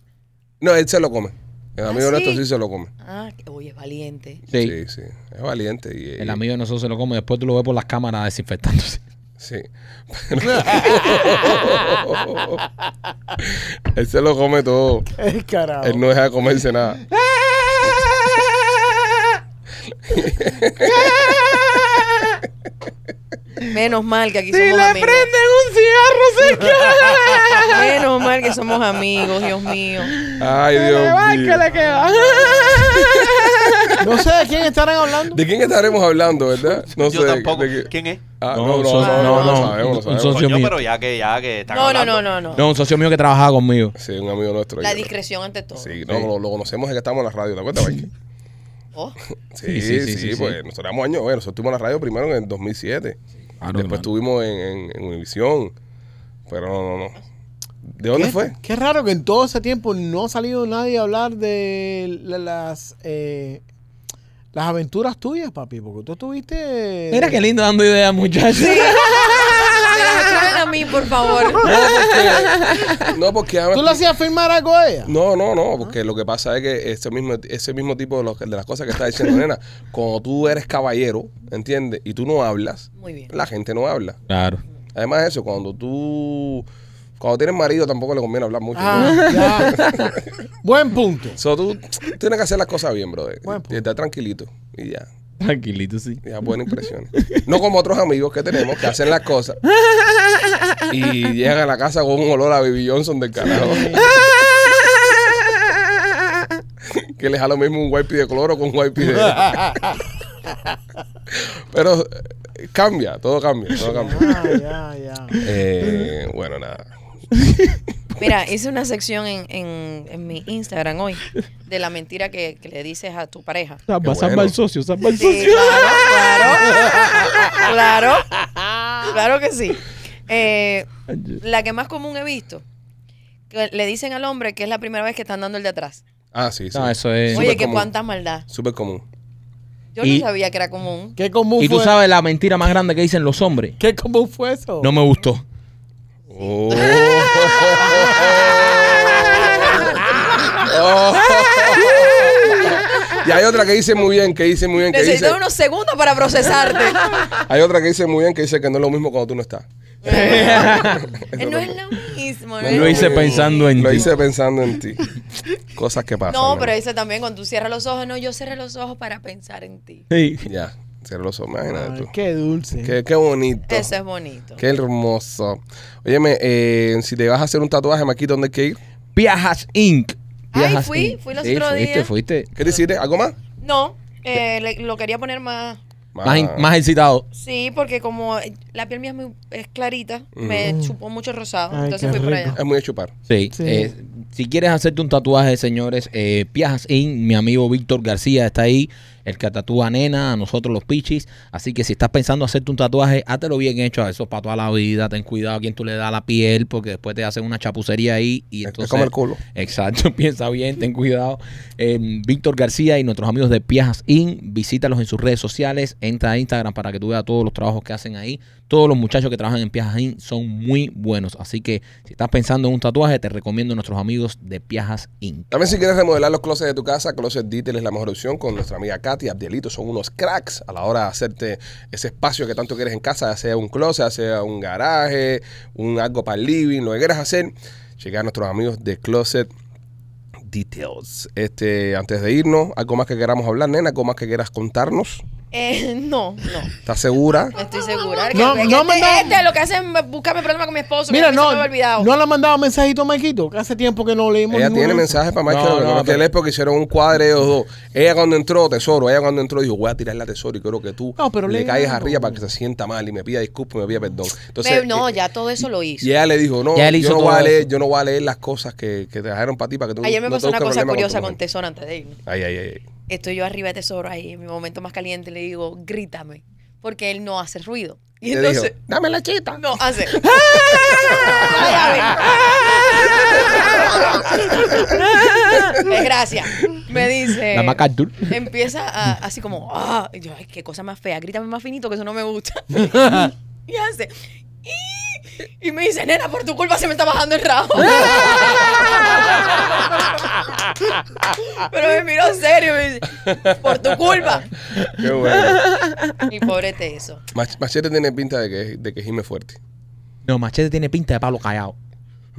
S1: No, él se lo come. El
S5: ¿Ah,
S1: amigo nuestro
S5: sí?
S1: sí se lo come.
S5: Ah, que- oye, es valiente.
S2: Sí.
S1: Sí, sí. Es valiente. Y, y-
S2: El amigo de nosotros se lo come, después tú lo ves por las cámaras desinfectándose.
S1: Sí. Pero- él se lo come todo.
S3: El carajo.
S1: Él no deja de comerse nada.
S5: Menos mal que aquí somos amigos. Menos mal que somos amigos, Dios mío.
S1: Ay, Dios mío.
S3: No sé de quién estarán hablando.
S1: ¿De quién estaremos hablando, verdad? No
S4: yo
S1: sé.
S4: tampoco.
S1: de qué-
S4: ¿Quién es?
S1: Ah,
S2: No,
S1: no, no,
S2: un socio-
S1: no,
S2: no,
S1: no, no,
S2: no,
S1: sabemos, no
S2: un
S1: sabemos.
S2: socio
S4: Coño,
S2: mío.
S4: pero ya que, ya que están
S5: No, no,
S4: hablando.
S5: no, no, no.
S2: No, un socio mío que trabajaba conmigo.
S1: Sí, un amigo nuestro.
S5: La
S1: yo creo.
S5: discreción ante todo.
S1: Sí, no, Lo, lo conocemos desde que estábamos en la radio, ¿te acuerdas, Mike?
S5: Oh,
S1: Sí, sí,
S2: Sí,
S1: sí,
S2: sí, sí, sí,
S1: pues
S2: sí.
S1: nosotros éramos años, bueno, nosotros estuvimos en la radio primero en el 2007.
S2: Claro,
S1: Después
S2: claro.
S1: estuvimos en, en, en Univisión. Pero no, no, no. ¿De dónde
S3: Qué-
S1: fue?
S3: ¿Eh? Qué raro que en todo ese tiempo no ha salido nadie a hablar de la- las eh, las aventuras tuyas, papi, porque tú estuviste.
S2: Mira qué lindo dando ideas, muchachos.
S5: se las traen a mí, por favor.
S1: No, porque. No, porque además-
S3: ¿Tú le hacías firmar algo a ella?
S1: No, no, no, porque lo que pasa es que ese mismo, ese mismo tipo de, los- de las cosas que está diciendo, nena, cuando tú eres caballero, ¿entiendes? Y tú no hablas,
S5: Muy bien.
S1: la gente no habla.
S2: Claro.
S1: Además de eso, cuando tú... Cuando tienes marido tampoco le conviene hablar mucho. ¿no?
S3: Ah, ya. Buen punto.
S1: So, tú tienes que hacer las cosas bien, brother.
S3: Buen
S1: Y estar tranquilito. Y ya.
S2: Tranquilito, sí.
S1: Ya, buenas impresiones. No como otros amigos que tenemos que hacen las cosas y llegan a la casa con un olor a Baby Johnson del carajo. que les da lo mismo un wipe de cloro con un wipe de. Pero eh, cambia, todo cambia, todo cambia.
S3: Ah, ya, ya.
S1: Eh, bueno, nada.
S5: Mira, hice una sección en, en, en mi Instagram hoy de la mentira que, que le dices a tu pareja.
S1: Qué
S2: Salva, salva
S1: bueno.
S2: al socio, salva al
S5: Sí,
S2: socio.
S5: claro, claro. Claro, claro que sí. Eh, la que más común he visto, que le dicen al hombre que es la primera vez que están dando el de atrás.
S1: Ah, sí, sí.
S2: No, eso es.
S1: Súper
S5: Oye, que
S1: común.
S5: cuánta maldad.
S1: Súper común.
S5: Yo
S2: Y-
S5: no sabía que era común.
S3: Qué común
S2: Y tú
S3: fue.
S2: sabes la mentira más grande que dicen los hombres.
S3: Qué común fue eso.
S2: No me gustó.
S1: Oh. Oh. Y hay otra que dice muy bien, que dice muy bien, que
S5: Necesito
S1: dice.
S5: unos segundos para procesarte.
S1: Hay otra que dice muy bien que dice que no es lo mismo cuando tú no estás.
S5: Eh, no es lo mismo.
S1: No
S5: es
S2: Lo hice
S1: mismo.
S2: pensando en
S1: Eh, Lo
S2: ti.
S1: hice pensando en ti. Cosas que pasan.
S5: No,
S1: ¿no?
S5: pero dice también cuando tú cierras los ojos, no, yo cerré los ojos para pensar en ti.
S2: Sí.
S1: Ya, cierra los ojos, imagínate
S3: Ay,
S1: tú.
S3: qué dulce.
S1: Qué, qué bonito.
S5: Eso es bonito.
S1: Qué hermoso. Óyeme, eh, si te vas a hacer un tatuaje, Maquito, ¿dónde hay que ir?
S2: Viajas Inc.
S5: Ay,
S2: Viajas
S5: fui,
S2: Inc.
S5: fui los
S2: Sí,
S5: otros
S2: fuiste,
S5: días.
S2: Fuiste,
S1: ¿Qué decirte? ¿Algo más?
S5: No, eh, le- lo quería poner más.
S2: Más,
S1: Ah,
S2: in- más excitado.
S5: Sí, porque como eh, la piel mía es, muy, es clarita, me chupó mucho rosado.
S3: Ay,
S5: entonces
S3: qué
S5: fui por
S3: rico.
S5: allá.
S1: Es muy de chupar.
S2: Sí.
S3: Sí.
S2: eh, si quieres hacerte un tatuaje, señores, eh, Piajas Inc. Mi amigo Víctor García está ahí, el que tatúa a nena, a nosotros los pichis. Así que si estás pensando hacerte un tatuaje, hátelo bien hecho. Eso es para toda la vida. Ten cuidado a quien tú le das la piel, porque después te hacen una chapucería ahí. Y
S1: Es-
S2: entonces,
S1: es como el culo.
S2: Exacto, piensa bien, ten cuidado. Eh, Víctor García y nuestros amigos de Piajas Inc. Visítalos en sus redes sociales. Entra a Instagram para que tú veas todos los trabajos que hacen ahí. Todos los muchachos que trabajan en Piajas Inc. son muy buenos. Así que si estás pensando en un tatuaje, te recomiendo a nuestros amigos de Piajas Inc.
S1: También si quieres remodelar los closets de tu casa, Closet Detail es la mejor opción con nuestra amiga Katy. Abdielito son unos cracks a la hora de hacerte ese espacio que tanto quieres en casa, ya sea un closet, ya sea un garaje, un algo para el living, lo que quieras hacer. Llegar a nuestros amigos de Closet Details. Este, antes de irnos, algo más que queramos hablar, nena, algo más que quieras contarnos.
S5: Eh, no, no,
S1: ¿Estás segura?
S5: no estoy segura.
S3: No,
S5: Que-
S3: no
S5: este,
S3: me da-
S5: este lo que hace es buscarme problemas con mi esposo.
S3: Mira,
S5: que se me
S3: no,
S5: había olvidado.
S3: no le han mandado mensajito a Maquito, que hace tiempo que no leímos.
S1: Ella
S3: ninguno
S1: tiene
S3: de esos.
S1: mensajes para Michael,
S2: No,
S1: no,
S2: no,
S1: que
S2: pero-
S1: él es porque hicieron un cuadro ellos dos. Ella cuando entró, tesoro, ella cuando entró dijo, voy a tirar la tesoro y quiero que tú
S3: No, pero
S1: le
S3: lee
S1: caigas
S3: algo.
S1: arriba para que se sienta mal y me pida disculpas y me pida perdón.
S5: Me-
S1: Entonces,
S5: no,
S1: eh,
S5: ya todo eso lo hizo.
S1: y ella le dijo, no,
S2: Ya él
S1: yo
S2: hizo
S1: no,
S2: todo
S1: voy a leer,
S2: eso.
S1: yo no voy a leer las cosas que, que te dejaron para ti para que tú
S5: Ayer me
S1: no
S5: pasó una
S1: busques
S5: cosa
S1: problemas
S5: curiosa
S1: tu
S5: con
S1: mujer".
S5: Tesoro antes de irme.
S1: Ay, ay, ay.
S5: Estoy yo arriba de Tesoro ahí, en mi momento más caliente, le digo, grítame, porque él no hace ruido. Y
S1: Te
S5: entonces,
S1: dijo, dame la chita.
S5: no, hace. Gracias. Me dice.
S2: La MacArthur.
S5: eh. Empieza a- así como, ah, y yo, ay, qué cosa más fea, grítame más finito que eso no me gusta. y hace. "Y", Y me dice, nena, por tu culpa se me está bajando el rabo. Pero me miró serio y me dice, por tu culpa.
S1: Qué bueno.
S5: Y pobre te eso.
S1: Mach- Machete tiene pinta de que, de que gime fuerte.
S2: No, Machete tiene pinta de palo callado.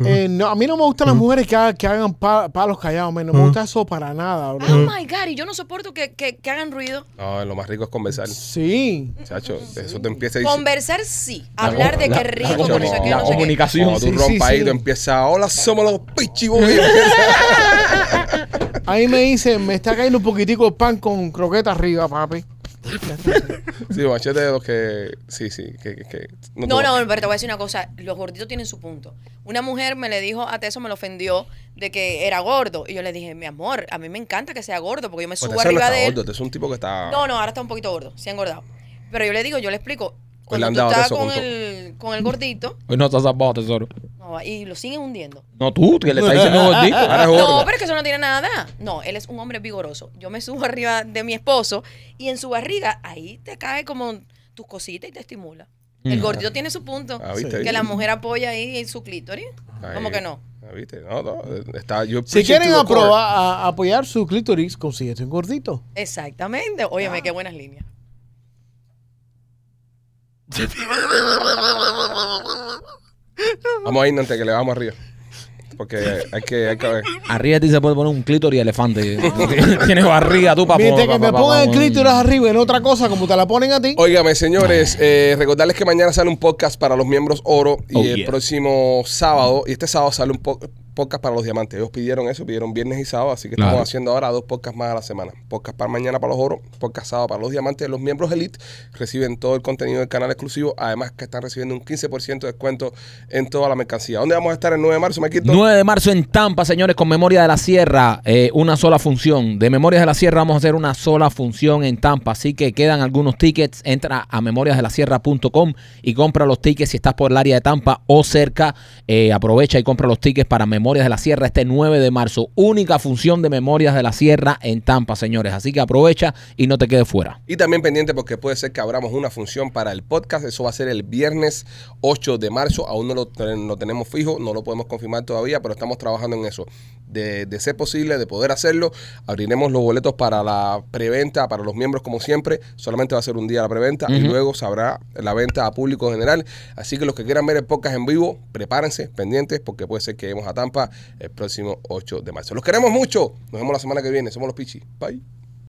S3: Eh, no, a mí no me gustan las mujeres que, ha- que hagan pa- palos callados, man. No me gusta eso para nada, bro.
S5: Oh my God, y yo no soporto que, que- que hagan ruido.
S1: No, lo más rico es conversar.
S3: Sí.
S1: Chacho, eso te empieza a decir.
S5: Conversar sí, hablar de
S2: la-
S5: qué
S2: la
S5: rico,
S1: comuni-
S5: por eso que
S1: la
S5: no sé qué.
S2: comunicación.
S1: Cuando tú
S3: Sí, sí,
S1: rompas ahí,
S3: sí.
S1: tú empiezas, hola, somos los pichibos.
S3: Ahí me dicen, me está cayendo un poquitico de pan con croqueta arriba, papi.
S1: sí, machete de los que. Sí, sí, que. que- que
S5: No,
S1: te-
S5: no, pero te voy a decir una cosa. Los gorditos tienen su punto. Una mujer me le dijo a Teso, me lo ofendió de que era gordo. Y yo le dije, mi amor, a mí me encanta que sea gordo porque yo me
S1: Pues
S5: subo
S1: Tessa no
S5: arriba
S1: está
S5: de él.
S1: gordo, Tessa es un tipo que está.
S5: No, no, ahora está un poquito gordo, se ha engordado. Pero yo le digo, yo le explico.
S1: Hoy Pues le
S5: Cuando
S1: han dado
S5: tú estás
S1: Teso
S5: con
S1: con todo.
S5: el, con el gordito
S2: Hoy no estás salvado, tesoro.
S5: no, y lo siguen hundiendo.
S2: No tú, que le estás diciendo gordito.
S1: Ahora es gordo.
S5: No, pero es que eso no tiene nada. No, él es un hombre vigoroso. Yo me subo arriba de mi esposo y en su barriga ahí te cae como tus cositas y te estimula. El gordito tiene su punto.
S1: Mm. Ah, ¿viste?
S5: Que la mujer apoya ahí en su clítoris.
S1: Ahí.
S5: ¿Cómo que no?
S1: Ah, ¿Viste? No, no. Está, yo
S3: Si quieren
S1: preaching to the core.
S3: aprobar, a- apoyar su clítoris, consíguete un gordito.
S5: Exactamente. Óyeme, qué buenas líneas.
S1: Vamos ahí, Nante, que le vamos arriba. Porque hay que. Hay que ver.
S2: Arriba de ti se puede poner un clítoris de elefante. Tienes barriga tú, papá.
S3: Mientras que me pongan el clítoris arriba en otra cosa, como te la ponen a ti.
S1: Óigame, señores, eh, recordarles que mañana sale un podcast para los miembros oro y
S2: Oh,
S1: el
S2: yeah.
S1: próximo sábado, y este sábado sale un po- podcast para los diamantes. Ellos pidieron eso, pidieron viernes y sábado, así que
S2: Claro.
S1: estamos haciendo ahora dos podcasts más a la semana. Podcast para mañana para los oro, podcast sábado para los diamantes. Los miembros elite reciben todo el contenido del canal exclusivo, además que están recibiendo un 15% de descuento en toda la mercancía. ¿Dónde vamos a estar el 9 de marzo, Maquito?
S2: 9 de marzo en Tampa, señores, con Memoria de la Sierra, eh, una sola función. De Memorias de la Sierra vamos a hacer una sola función en Tampa, así que quedan algunos tickets. Entra a memoriasdelasierra.com y compra los tickets si estás por el área de Tampa o cerca. eh, aprovecha y compra los tickets para Memorias de la Sierra este 9 de marzo. Única función de Memorias de la Sierra en Tampa, señores. Así que aprovecha y no te quedes fuera.
S1: Y también pendiente porque puede ser que abramos una función para el podcast. Eso va a ser el viernes 8 de marzo. Aún no lo, ten- lo tenemos fijo, no lo podemos confirmar todavía, pero estamos trabajando en eso. De, de ser posible, de poder hacerlo, abriremos los boletos para la preventa, para los miembros como siempre. Solamente va a ser un día la preventa y
S2: Ujú.
S1: luego sabrá la venta a público general. Así que los que quieran ver el podcast en vivo, prepárense, pendientes, porque puede ser que lleguemos a Tampa el próximo 8 de marzo. Los queremos mucho. Nos vemos la semana que viene. Somos los Pichi. Bye.